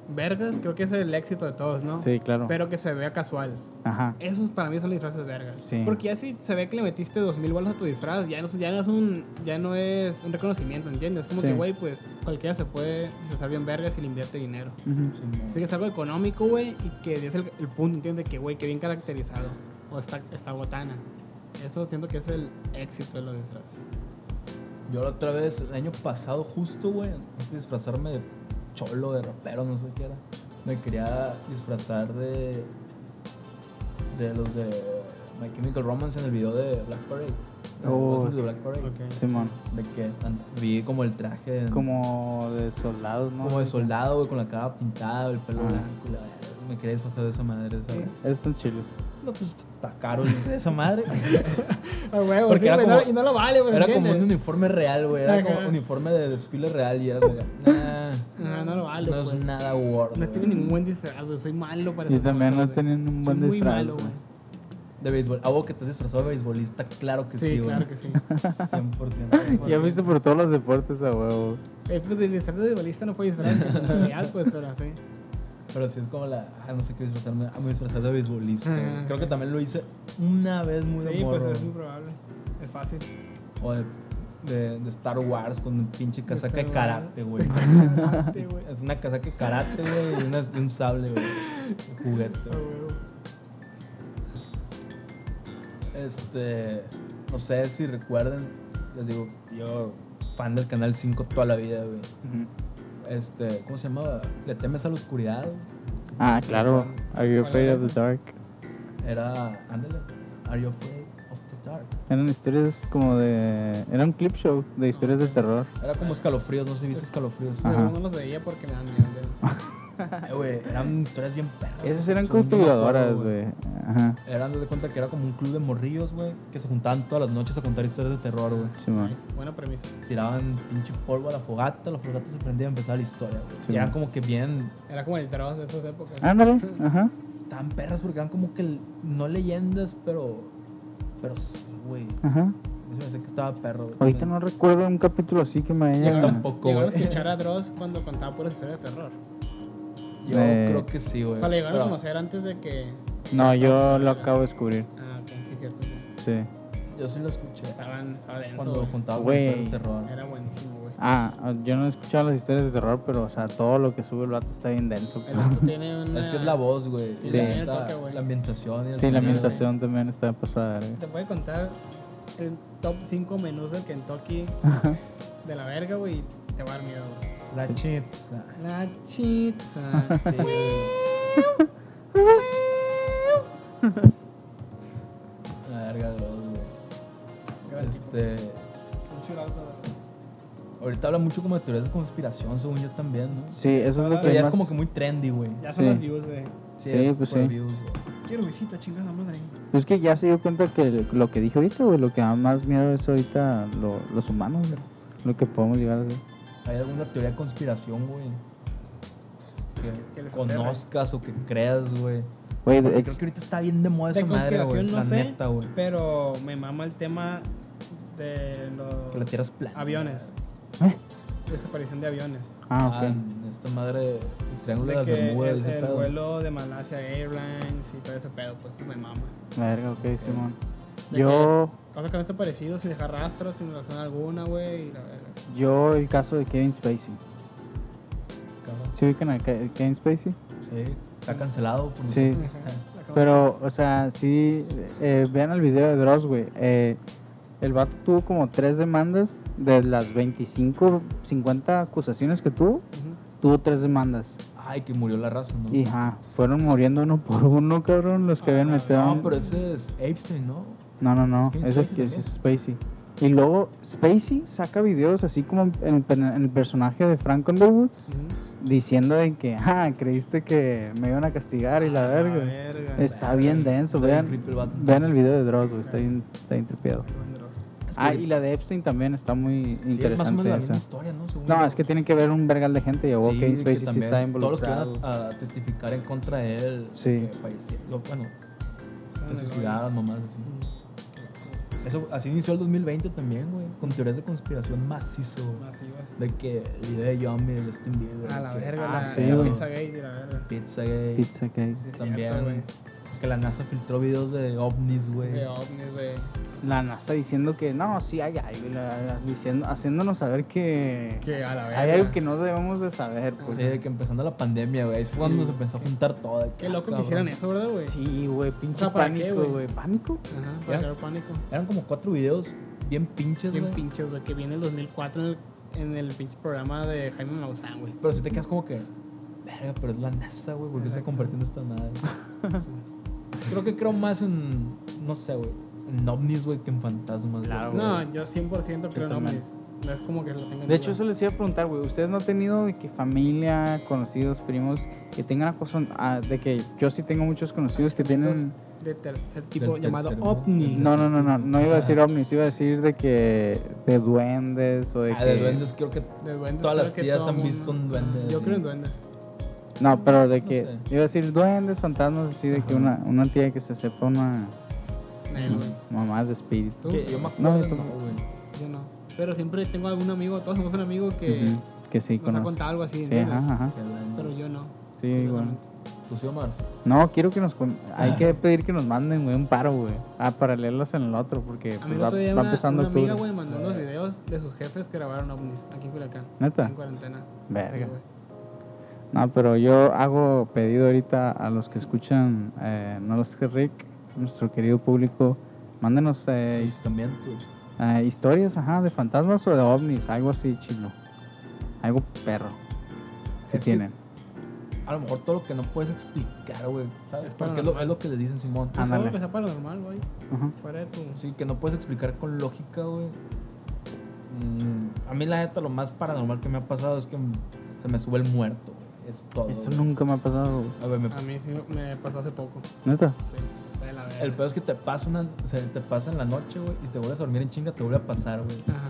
Speaker 3: vergas, creo que ese es el éxito de todos, ¿no?
Speaker 2: Sí, claro.
Speaker 3: Pero que se vea casual.
Speaker 2: Ajá.
Speaker 3: Esos para mí son los disfraces vergas.
Speaker 2: Sí.
Speaker 3: Porque ya si se ve que le metiste dos mil bolas a tu disfraz, ya no, es- ya no es un ya no es un reconocimiento, ¿entiendes? Como
Speaker 2: Sí.
Speaker 3: que, güey, pues cualquiera se puede disfrazar bien vergas si le invierte dinero.
Speaker 2: Ujú.
Speaker 1: Simón.
Speaker 3: Así que es algo económico, güey, y que es el, el punto, ¿entiendes? Que, güey, que bien caracterizado. O está, está botana. Eso siento que es el éxito de los disfraces.
Speaker 1: Yo la otra vez, el año pasado, justo, güey, antes de disfrazarme de cholo, de rapero, no sé qué era, me quería disfrazar de. de los de My Chemical Romance en el video de Black Parade. En el
Speaker 2: Oh.
Speaker 1: Gospel de Black Parade.
Speaker 2: Simón.
Speaker 1: De que están, vi como el traje. en-
Speaker 2: Como de soldados, ¿no?
Speaker 1: como de soldado, güey, con la cara pintada, el pelo
Speaker 2: Ah.
Speaker 1: blanco, la verga. Me quería disfrazar de esa madre, ¿sabes?
Speaker 2: Es tan chile.
Speaker 1: No, pues está caro de esa
Speaker 2: [laughs]
Speaker 1: madre.
Speaker 3: Ah, güey,
Speaker 1: Porque
Speaker 3: sí,
Speaker 1: era
Speaker 3: güey,
Speaker 1: como-
Speaker 3: no- y no lo vale, pero
Speaker 1: Era como
Speaker 3: ¿entiendes?
Speaker 1: un uniforme real, güey. Era como
Speaker 3: Ajá.
Speaker 1: uniforme de desfile real y era como, que, nah,
Speaker 3: Ajá, no lo vale,
Speaker 1: No
Speaker 3: pues.
Speaker 1: es nada Word.
Speaker 3: No tengo ningún buen disfraz, güey. Soy malo para
Speaker 2: Y
Speaker 3: esas
Speaker 2: también
Speaker 3: cosas,
Speaker 2: no
Speaker 3: güey.
Speaker 2: tienen un buen
Speaker 3: Soy muy
Speaker 2: disfraz,
Speaker 3: malo,
Speaker 2: güey.
Speaker 3: güey.
Speaker 1: De béisbol. Ah, vos que estás disfrazado de beisbolista, claro que sí,
Speaker 3: Sí,
Speaker 1: güey.
Speaker 3: claro [laughs] que sí. [laughs]
Speaker 1: 100%.
Speaker 2: [laughs] Ya viste por todos los deportes a huevo.
Speaker 3: Eh, pues el disfraz de beisbolista no fue disfraz de realidad, pues, pero sí.
Speaker 1: Pero sí es como la. Ah, no sé qué disfrazarme. Ah, me disfrazé de beisbolista.
Speaker 3: Ajá,
Speaker 1: güey. Creo
Speaker 3: sí.
Speaker 1: que también lo hice una vez muy de
Speaker 3: Sí, pues
Speaker 1: morro,
Speaker 3: es
Speaker 1: güey.
Speaker 3: muy probable. Es fácil.
Speaker 1: O de, de- de Star Wars con un pinche casaca de
Speaker 3: Pero-
Speaker 1: karate,
Speaker 3: [laughs]
Speaker 1: güey.
Speaker 3: Karate, güey.
Speaker 1: Es una casaca de karate, güey, y, una- y un sable,
Speaker 3: [laughs]
Speaker 1: güey. de Juguete.
Speaker 3: Ah,
Speaker 1: güey.
Speaker 3: güey.
Speaker 1: Este. No sé si recuerden. Les digo, yo, fan del canal 5 toda la vida, güey. Este. ¿Cómo se llamaba? Le temes a la oscuridad.
Speaker 2: Ah, claro. Are you
Speaker 3: ¿Cuál
Speaker 2: afraid
Speaker 3: era
Speaker 2: of the dark?
Speaker 1: Era. Ándale. Are you afraid of the dark?
Speaker 2: Eran historias como de. Era un clip show de historias de terror.
Speaker 1: Era como escalofríos, no sé si viste escalofríos.
Speaker 3: Yo no los veía porque me dan miedo.
Speaker 1: Eh, güey, eran historias bien perras.
Speaker 2: Esas
Speaker 1: güey.
Speaker 2: eran
Speaker 1: Según yo me acuerdo,
Speaker 2: cultivadoras, güey. Ajá.
Speaker 1: Eran, haz de cuenta que era como un club de morrillos, güey, que se juntaban todas las noches a contar historias de terror, güey.
Speaker 2: Simón.
Speaker 3: Nice. Buena premisa.
Speaker 1: Tiraban pinche polvo a la fogata, la fogata se prendía y empezaba la historia, güey.
Speaker 2: Sí,
Speaker 1: y eran
Speaker 2: man.
Speaker 1: como que bien,
Speaker 3: Era como el Dross de esas épocas.
Speaker 2: Ándale, ajá.
Speaker 1: tan perras porque eran como que, l- no leyendas, pero, pero sí, güey.
Speaker 2: Ajá.
Speaker 1: Yo se me hace que estaba perro. güey.
Speaker 2: Ahorita no recuerdo un capítulo así que me haya.
Speaker 1: Yo
Speaker 3: Llegaron,
Speaker 1: tampoco,
Speaker 3: llegaron a
Speaker 1: güey.
Speaker 3: escuchar a Dross cuando contaba puras historias de terror.
Speaker 1: Yo
Speaker 2: Eh.
Speaker 1: creo que sí, güey.
Speaker 3: O sea, le llegaron a
Speaker 1: Pero-
Speaker 3: conocer antes de que.
Speaker 2: No, yo lo acabo de descubrir.
Speaker 3: Ah, ok, sí, cierto. Sí.
Speaker 2: Sí.
Speaker 1: Yo sí lo escuché
Speaker 3: Estaban, estaba denso.
Speaker 1: cuando
Speaker 3: güey.
Speaker 1: contaba
Speaker 2: Güey.
Speaker 1: historias de terror.
Speaker 3: Era buenísimo, güey.
Speaker 2: Ah, yo no he escuchado las historias de terror, pero, o sea, todo lo que sube el vato está bien denso.
Speaker 3: El vato tiene una.
Speaker 1: Es que es la voz, güey. y
Speaker 3: Sí.
Speaker 1: la,
Speaker 3: El
Speaker 1: neta,
Speaker 3: toque, güey.
Speaker 1: la ambientación y el
Speaker 2: Sí, la
Speaker 1: sonido.
Speaker 2: ambientación también está pasada. de verga.
Speaker 3: Te puede contar el top 5 menús del Kentucky de la verga, güey. y Te va a dar miedo, güey.
Speaker 1: La chitza.
Speaker 3: La chitza.
Speaker 1: Sí, güey. La verga de los, güey. Este. Ahorita habla mucho como de teorías de conspiración, según yo también, ¿no?
Speaker 2: Sí, eso es lo
Speaker 1: Pero
Speaker 2: que
Speaker 1: ya es
Speaker 2: más-
Speaker 1: como que muy trendy, güey.
Speaker 3: Ya son
Speaker 2: Sí.
Speaker 3: las views, güey.
Speaker 1: Sí,
Speaker 2: Sí,
Speaker 1: es
Speaker 2: pues
Speaker 1: por
Speaker 2: sí.
Speaker 1: views, güey.
Speaker 3: Quiero visita, chingada madre.
Speaker 2: Es que ya se dio cuenta que lo que dije ahorita, güey, lo que da más miedo es ahorita lo- los humanos, güey. Lo que podemos llegar a ser.
Speaker 1: ¿Hay alguna teoría de conspiración, güey? Que,
Speaker 3: que les aterre.
Speaker 1: conozcas o que creas, güey.
Speaker 2: Güey, de-
Speaker 1: Porque creo que ahorita está bien de moda
Speaker 3: De
Speaker 1: esa madre,
Speaker 3: conspiración
Speaker 1: güey.
Speaker 3: no
Speaker 1: la
Speaker 3: sé,
Speaker 1: neta, güey.
Speaker 3: pero me mama el tema de
Speaker 1: Que la
Speaker 3: los
Speaker 1: tierra es plana.
Speaker 3: aviones,
Speaker 2: ¿eh?
Speaker 3: desaparición de aviones.
Speaker 1: Ah,
Speaker 2: Ah, ok.
Speaker 1: esta madre, el triángulo de,
Speaker 3: De
Speaker 1: las
Speaker 3: que
Speaker 1: Bermudas,
Speaker 3: el,
Speaker 1: ese
Speaker 3: el
Speaker 1: pedo.
Speaker 3: vuelo de Malasia Airlines y todo ese pedo, pues me mama.
Speaker 2: Verga, ok, Simón.
Speaker 3: De
Speaker 2: Yo,
Speaker 3: que Cosas que han desaparecido sin dejar rastros, sin razón alguna, güey. y la verga.
Speaker 2: yo, el caso de Kevin Spacey.
Speaker 1: cabrón.
Speaker 2: ¿Sí ubican a Ke- Kevin Spacey?
Speaker 1: Sí, está cancelado. Por
Speaker 2: Sí.
Speaker 1: nosotros. [laughs]
Speaker 3: Ajá, acabo-
Speaker 2: Pero, o sea, sí, eh, vean el video de Dross, güey. Eh, el vato tuvo como tres demandas de las 25, 50 acusaciones que tuvo.
Speaker 3: Ujú.
Speaker 2: Tuvo tres demandas.
Speaker 1: Ay, que murió la raza, ¿no?
Speaker 2: Y ah, ja, fueron moriendo uno por uno, cabrón, los que
Speaker 3: Ah,
Speaker 2: habían
Speaker 3: la
Speaker 2: metido.
Speaker 1: No, pero ese es Epstein, ¿no?
Speaker 2: No, no, no.
Speaker 1: Es que
Speaker 2: Eso es
Speaker 1: Spacey
Speaker 2: que ese es
Speaker 1: también.
Speaker 2: Spacey. Y luego Spacey saca videos así como en, en el personaje de Frank Underwood
Speaker 3: Ujú.
Speaker 2: diciendo de que, [laughs] ah, creíste que me iban a castigar y la
Speaker 3: Ah,
Speaker 2: verga.
Speaker 3: verga.
Speaker 2: Está bien denso,
Speaker 1: Está bien
Speaker 2: vean,
Speaker 1: creepy el vato.
Speaker 2: vean el video de Dross, güey, está bien, está bien tripeado.
Speaker 3: Qué buen Dross.
Speaker 1: Es que
Speaker 2: Ah, y la de Epstein también está
Speaker 1: sí,
Speaker 2: muy
Speaker 1: es más o menos
Speaker 2: interesante
Speaker 1: la misma
Speaker 2: esa.
Speaker 1: historia, ¿no? Según
Speaker 2: No,
Speaker 1: yo.
Speaker 2: es que tienen que ver un vergal de gente y a
Speaker 1: Sí,
Speaker 2: Kevin
Speaker 1: que
Speaker 2: Spacey sí
Speaker 1: también
Speaker 2: está
Speaker 1: Todos los que
Speaker 2: involucrado.
Speaker 1: van a, a testificar en contra de él,
Speaker 2: Sí.
Speaker 1: que fallecieron, bueno,
Speaker 3: Son
Speaker 1: se
Speaker 3: el hoyo.
Speaker 1: suicidaron, mamás, así. Eso, así inició el 2020 también, güey, con teorías de conspiración macizo, güey.
Speaker 3: Masivas.
Speaker 1: De que el video de Yomi, de Justin Bieber.
Speaker 3: A
Speaker 1: de
Speaker 3: la
Speaker 1: que
Speaker 3: verga,
Speaker 2: Ah,
Speaker 3: la,
Speaker 2: sí,
Speaker 3: la
Speaker 2: güey.
Speaker 3: Pizzagate y la verga.
Speaker 1: Pizzagate.
Speaker 2: Pizza Cake.
Speaker 3: Sí, es cierto, güey.
Speaker 1: También que la NASA filtró videos de ovnis, güey.
Speaker 3: De ovnis, güey.
Speaker 2: La NASA diciendo que no, sí hay algo, la- la- diciendo, haciéndonos saber que,
Speaker 3: Que a la verga.
Speaker 2: hay algo que no debemos de saber. Pues.
Speaker 1: Sí, de que empezando la pandemia, güey. ahí fue cuando se empezó a juntar todo. de que,
Speaker 3: Qué
Speaker 1: ah,
Speaker 3: loco que
Speaker 1: cabrón.
Speaker 3: hicieran eso, ¿verdad, güey?
Speaker 2: Sí, güey, pinche
Speaker 3: sea, ¿para qué,
Speaker 2: pánico,
Speaker 3: güey?
Speaker 2: güey. ¿Pánico?
Speaker 3: Ajá,
Speaker 1: Ya.
Speaker 3: para crear pánico.
Speaker 1: Eran como cuatro videos bien pinches,
Speaker 3: Bien
Speaker 1: güey.
Speaker 3: pinches, güey, que viene el 2004 en el, en el pinche programa de Jaime Maussan, güey.
Speaker 1: pero si te quedas como que, verga, pero es la NASA, güey, porque está
Speaker 3: Exacto.
Speaker 1: compartiendo esta madre. Creo que creo más en, no sé, güey, en ovnis, güey, que en fantasmas, Ah, güey.
Speaker 2: Claro,
Speaker 3: No, yo 100% creo en
Speaker 2: también.
Speaker 3: ovnis. No es como que lo tengan
Speaker 2: De hecho, eso
Speaker 3: duda.
Speaker 2: les iba a preguntar, güey. ¿Ustedes no han tenido de que familia, conocidos, primos, que tengan acoso? ah, de que yo sí tengo muchos conocidos que tienen...
Speaker 3: De tercer tipo
Speaker 1: Del
Speaker 3: llamado
Speaker 1: tercer mundo.
Speaker 3: ovni.
Speaker 2: No, no, no, no. No iba a decir ovnis, iba a decir de que... De duendes o de
Speaker 1: Ah,
Speaker 2: que...
Speaker 1: de duendes creo que
Speaker 3: De duendes,
Speaker 1: Todas
Speaker 3: creo
Speaker 1: las
Speaker 3: que
Speaker 1: tías
Speaker 3: todo
Speaker 1: han visto
Speaker 3: mundo-
Speaker 1: un duende,
Speaker 3: Yo
Speaker 1: sí.
Speaker 3: creo en duendes.
Speaker 2: No, pero de
Speaker 1: No
Speaker 2: que...
Speaker 1: sé.
Speaker 2: Iba a decir duendes, fantasmas, así de que
Speaker 1: Ajá.
Speaker 2: una, una tía que se sepa una...
Speaker 3: Nel, güey.
Speaker 2: Mamás de espíritu.
Speaker 3: ¿Tú?
Speaker 1: Que yo me
Speaker 2: No,
Speaker 1: acuerdo,
Speaker 2: yo
Speaker 1: no,
Speaker 2: tampoco.
Speaker 1: güey.
Speaker 3: Yo no. Pero siempre tengo algún amigo, todos somos un amigo que
Speaker 2: Ujú, Que sí,
Speaker 3: nos ha
Speaker 2: conozco.
Speaker 3: contado algo así.
Speaker 2: Sí,
Speaker 3: ¿entiendes?
Speaker 2: ajá, ajá.
Speaker 1: Que la-
Speaker 3: Pero yo no. Ah.
Speaker 2: Sí, igual.
Speaker 3: curiosamente.
Speaker 1: ¿Tú sí, Omar?
Speaker 2: No, quiero que nos. con- Hay que pedir que nos manden, güey, un paro, güey. Ah, para leerlos en el otro, porque
Speaker 3: A
Speaker 2: pues,
Speaker 3: mí el
Speaker 2: va,
Speaker 3: otro día
Speaker 2: va
Speaker 3: una,
Speaker 2: empezando
Speaker 3: una amiga,
Speaker 2: octubre.
Speaker 3: güey, mandó unos videos de sus jefes que grabaron ovnis aquí en Culiacán.
Speaker 2: ¿Neta?
Speaker 3: En cuarentena. Sí,
Speaker 2: Verga.
Speaker 3: güey.
Speaker 2: No, pero yo hago pedido ahorita a los que escuchan eh, No los que Rick, nuestro querido público, mándenos eh,
Speaker 1: pues
Speaker 2: his-
Speaker 1: Avistamientos.
Speaker 2: eh, historias, ajá, de fantasmas o de ovnis, algo así chino. Algo perro. Si
Speaker 1: Es que-
Speaker 2: tienen.
Speaker 1: A lo mejor todo lo que no puedes explicar, güey. ¿Sabes?
Speaker 3: Es
Speaker 1: Porque es lo,
Speaker 3: paranormal.
Speaker 1: es lo que le dicen Simón.
Speaker 3: Pues
Speaker 2: Ándale.
Speaker 3: todo empezó paranormal, güey.
Speaker 2: Ajá.
Speaker 3: Fuera de tu...
Speaker 1: Sí, que no puedes explicar con lógica, güey. Mm, a mí, la neta, lo más paranormal que me ha pasado es que m- se me sube el muerto, güey. Es todo.
Speaker 2: Eso
Speaker 1: güey.
Speaker 2: nunca me ha pasado, güey.
Speaker 1: A ver, me-
Speaker 3: A mí sí me pasó hace poco.
Speaker 2: Neta.
Speaker 3: Sí, está de la verga.
Speaker 1: el peor es que te pasa, una, se te pasa en la noche, güey, y te vuelves a dormir en chinga, te vuelve a pasar, güey.
Speaker 3: Ajá,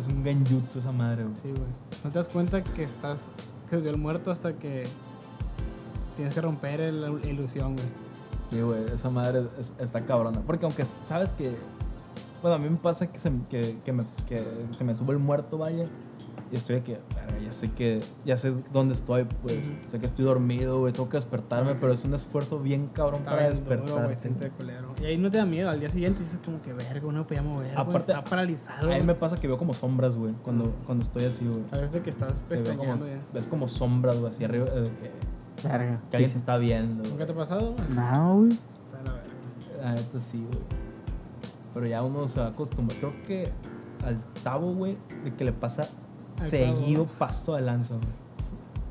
Speaker 1: Es un genjutsu esa madre, güey.
Speaker 3: sí, güey. No te das cuenta que estás... Que subió el muerto hasta que... Tienes que romper el- la ilusión, güey.
Speaker 1: Sí, güey, esa madre es- es- está cabrona. Porque aunque sabes que. Bueno, a mí me pasa que se, que, que me, que se me sube el muerto, vaya. Y estoy de que, "Verga, ya sé que. Ya sé dónde estoy, pues.
Speaker 3: Ujú.
Speaker 1: Sé que estoy dormido, güey. Tengo que despertarme, pero es un esfuerzo bien cabrón
Speaker 3: Está
Speaker 1: para
Speaker 3: bien duro, güey,
Speaker 1: despertarte.
Speaker 3: siente culero. Y ahí no te da miedo. Al día siguiente dices como que, verga, no me podía mover, güey,
Speaker 1: Aparte,
Speaker 3: Está paralizado,
Speaker 1: a mí
Speaker 3: güey.
Speaker 1: me pasa que veo como sombras, güey, cuando,
Speaker 3: Ah.
Speaker 1: cuando estoy así, güey.
Speaker 3: Sabes de que estás
Speaker 1: Te veo como-
Speaker 3: pestando ya.
Speaker 1: Ves como sombras, güey, así arriba, eh, que,
Speaker 2: Verga.
Speaker 1: que alguien te está viendo.
Speaker 3: ¿Nunca te ha
Speaker 1: güey.
Speaker 3: pasado? güey?
Speaker 2: No, güey.
Speaker 3: Está de la verga.
Speaker 1: La neta sí, güey. Pero ya uno se va acostumbrado. Creo que al tabo, güey, de que le pasa
Speaker 3: Al
Speaker 1: seguido
Speaker 3: Tabo.
Speaker 1: paso de lanza, güey.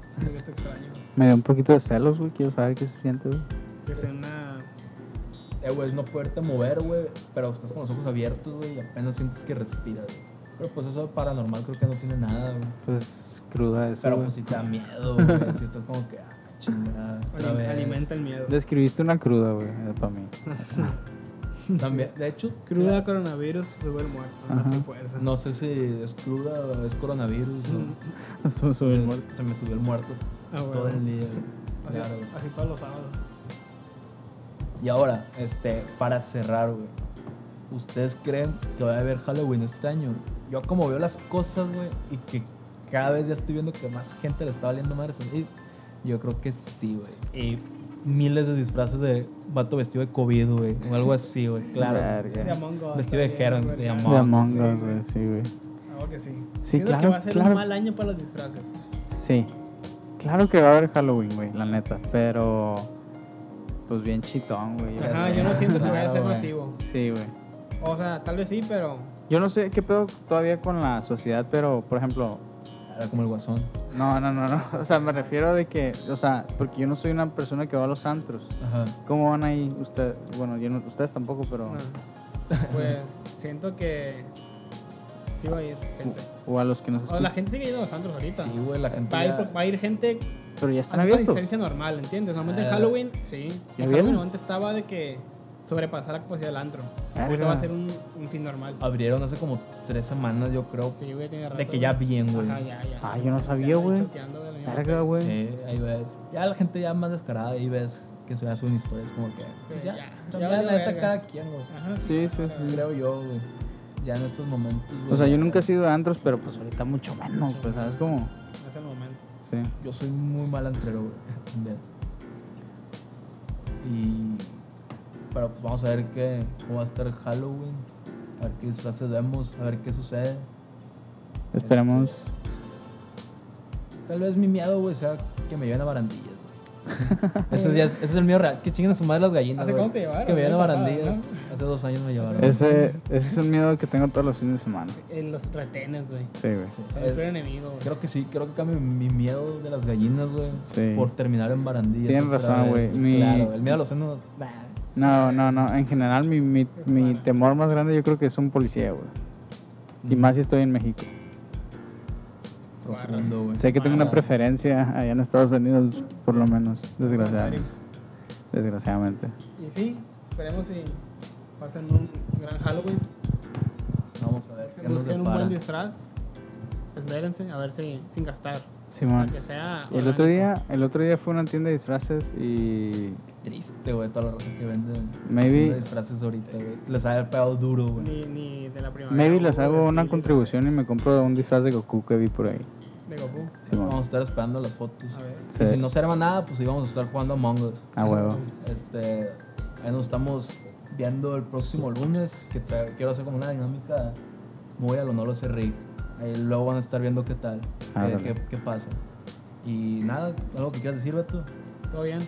Speaker 3: Sí, yo te extraño. güey.
Speaker 2: Me da un poquito de celos, güey. Quiero saber qué se siente, güey.
Speaker 3: Que sea una...
Speaker 1: Eh, güey, es no poderte mover, güey, pero estás con los ojos abiertos, güey, y apenas sientes que respiras, güey. Pero pues eso de paranormal creo que no tiene nada, güey.
Speaker 2: Pues cruda eso.
Speaker 1: Pero
Speaker 2: güey.
Speaker 1: pues si te da miedo, güey, si estás como que, ah, chingada. otra
Speaker 3: alim-
Speaker 1: vez.
Speaker 3: Alimenta el miedo.
Speaker 2: Describiste una cruda, güey, para [laughs] mí.
Speaker 1: [laughs] También, de hecho,
Speaker 3: Cruda coronavirus, sube el muerto.
Speaker 2: Ajá.
Speaker 3: Date fuerza.
Speaker 1: No sé si es cruda o es coronavirus, ¿no?
Speaker 2: Su- su- el muerto.
Speaker 1: Se me subió el muerto
Speaker 3: Ah, güey.
Speaker 1: todo el día, güey.
Speaker 3: Así,
Speaker 1: Claro, güey.
Speaker 3: así todos los sábados.
Speaker 1: Y ahora, este, para cerrar, güey. ¿Ustedes creen que va a haber Halloween este año? Yo como veo las cosas, güey, y que cada vez ya estoy viendo que más gente le está valiendo madres. Y yo creo que sí, güey. Y miles de disfraces de vato vestido de COVID, güey. O algo así, güey. Claro.
Speaker 2: Verga.
Speaker 3: De Among Us.
Speaker 1: Vestido de
Speaker 3: también,
Speaker 1: Heron,
Speaker 3: güey,
Speaker 1: de
Speaker 3: ya.
Speaker 1: Among
Speaker 2: De Among Us,
Speaker 3: Sí, güey.
Speaker 2: güey, sí, güey.
Speaker 3: Claro que sí.
Speaker 2: Sí,
Speaker 3: Siento que
Speaker 2: claro,
Speaker 3: va a ser
Speaker 2: claro.
Speaker 3: un mal año para los disfraces.
Speaker 2: Sí. Claro que va a haber Halloween, güey, la neta. Pero. Pues bien chitón, güey. ya
Speaker 3: Ajá,
Speaker 2: sé.
Speaker 3: yo no siento que vaya a
Speaker 1: Claro,
Speaker 3: ser
Speaker 1: güey.
Speaker 3: masivo.
Speaker 2: Sí, güey.
Speaker 3: O sea, tal vez sí, pero
Speaker 2: Yo no sé qué pedo todavía con la sociedad, pero, por ejemplo.
Speaker 1: Era como el guasón.
Speaker 2: No, no, no, [laughs] no. O sea, me refiero de que. O sea, porque yo no soy una persona que va a los antros.
Speaker 1: Ajá.
Speaker 2: ¿Cómo van ahí ustedes? Bueno, yo no, ustedes tampoco, pero.
Speaker 1: [laughs]
Speaker 3: no. pues siento que sí va a ir gente.
Speaker 2: O a los que nos
Speaker 3: O la
Speaker 2: escuchan.
Speaker 3: gente sigue yendo a los antros ahorita.
Speaker 1: Sí, güey, la gente
Speaker 3: va, a ir,
Speaker 1: ya-
Speaker 3: va a ir gente
Speaker 2: Pero ya
Speaker 3: a
Speaker 2: están
Speaker 3: la
Speaker 2: abiertos.
Speaker 3: distancia normal, ¿entiendes? Normalmente en
Speaker 1: Ah.
Speaker 3: Halloween, sí.
Speaker 2: ¿Ya
Speaker 3: En
Speaker 2: vieron?
Speaker 3: Halloween antes estaba de que sobrepasar la capacidad del antro. Ahorita
Speaker 2: Verga.
Speaker 3: va a ser un, un fin normal.
Speaker 1: Abrieron hace como tres semanas, yo creo.
Speaker 3: Sí, güey, tiene rato.
Speaker 1: de que ya
Speaker 3: güey.
Speaker 1: bien, güey.
Speaker 3: Ajá, ya, ya.
Speaker 2: Ah, yo no
Speaker 3: Este,
Speaker 2: sabía,
Speaker 3: ahí
Speaker 2: güey.
Speaker 3: choteando, güey, la
Speaker 2: Verga,
Speaker 3: misma
Speaker 2: güey.
Speaker 1: Sí, ahí ves. Ya la gente ya más descarada, ahí ves que se hacen historias como que. pues ya,
Speaker 3: ya.
Speaker 1: ya,
Speaker 3: Ya
Speaker 1: la
Speaker 3: valió
Speaker 1: neta
Speaker 3: verga.
Speaker 1: cada quien, güey.
Speaker 3: peda. Ajá,
Speaker 2: Sí, sí, sí.
Speaker 1: Creo yo, güey. Ya en estos momentos, güey.
Speaker 2: O sea, yo nunca he sido de antros, pero pues ahorita mucho menos, pues, ¿sabes cómo?
Speaker 3: Es el momento.
Speaker 2: Sí.
Speaker 1: Yo soy muy mal antrero, güey. [laughs] también. Y. Pero pues vamos a ver qué. cómo va a estar Halloween. A ver qué disfraces vemos, a ver qué sucede.
Speaker 2: Esperemos.
Speaker 1: Tal vez mi miedo, güey, sea que me lleven a barandillas, güey.
Speaker 3: [laughs]
Speaker 1: ese, ya es, ese es el miedo real. Que chinguen a su madre las gallinas.
Speaker 3: ¿Hace
Speaker 1: güey.
Speaker 3: cuánto te llevaron?
Speaker 1: Que me lleven a
Speaker 3: El año pasado,
Speaker 1: barandillas. Hace dos años me llevaron.
Speaker 2: Ese, ese Este, es un miedo que tengo todos los fines de semana.
Speaker 3: En Eh, los retenes, güey.
Speaker 2: Sí, güey.
Speaker 1: Sí.
Speaker 3: Son
Speaker 1: Eh,
Speaker 3: el peor enemigo, güey.
Speaker 1: Creo que sí, creo que cambio mi miedo de las gallinas, güey.
Speaker 2: Sí.
Speaker 1: Por terminar en barandillas.
Speaker 2: Tienes
Speaker 1: otra
Speaker 2: razón,
Speaker 1: vez.
Speaker 2: güey. Mi-
Speaker 1: Claro, el miedo a los senos. nah.
Speaker 2: No, no, no. En general, mi, mi, mi temor más grande yo creo que es un policía, güey. Y más si estoy en México.
Speaker 1: Profundo, güey.
Speaker 2: Sé que tengo una preferencia allá en Estados Unidos, por lo menos, desgraciadamente. Desgraciadamente.
Speaker 3: Y sí, esperemos si pasen un gran Halloween.
Speaker 1: Vamos a ver. ¿qué nos
Speaker 3: Busquen un
Speaker 1: depara?
Speaker 3: buen disfraz. Espérense, a ver si sin gastar.
Speaker 2: Simón.
Speaker 3: O sea, que sea
Speaker 2: El otro
Speaker 3: orgánico.
Speaker 2: día, el otro día fue a una tienda de disfraces y
Speaker 1: Triste, güey, toda la raza que vende
Speaker 2: Maybe-
Speaker 1: vende disfraces ahorita, güey. Les ha pegado duro, güey.
Speaker 3: Ni, ni de la primavera.
Speaker 2: maybe les
Speaker 3: hubo
Speaker 2: hago una
Speaker 3: desfile
Speaker 2: contribución y me compro un disfraz de Goku que vi por ahí.
Speaker 3: De Goku.
Speaker 2: Simón.
Speaker 1: Vamos a estar esperando las fotos.
Speaker 3: A ver.
Speaker 1: Y
Speaker 2: Sí.
Speaker 1: si no se arma nada, pues íbamos a estar jugando Among Us.
Speaker 2: A huevo.
Speaker 1: Este, ahí nos estamos viendo el próximo lunes, que tra- quiero hacer como una dinámica muy a lo no lo sé reír. Ahí luego van a estar viendo qué tal,
Speaker 2: Ah,
Speaker 1: qué,
Speaker 2: dale.
Speaker 1: qué- qué pasa. Y nada, algo que quieras decir, Beto,
Speaker 3: Todo bien.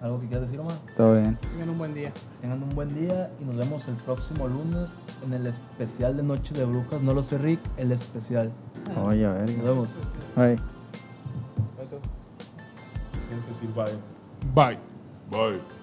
Speaker 1: algo que quieras decir, Omar.
Speaker 2: Todo bien.
Speaker 3: Tengan un buen día.
Speaker 1: Tengan un buen día y nos vemos el próximo lunes en el especial de Noche de Brujas, no lo sé Rick, el especial.
Speaker 2: Oye, a
Speaker 1: Nos
Speaker 2: ver.
Speaker 1: vemos.
Speaker 2: Oye.
Speaker 4: Siempre decir bye.
Speaker 5: Bye. Bye.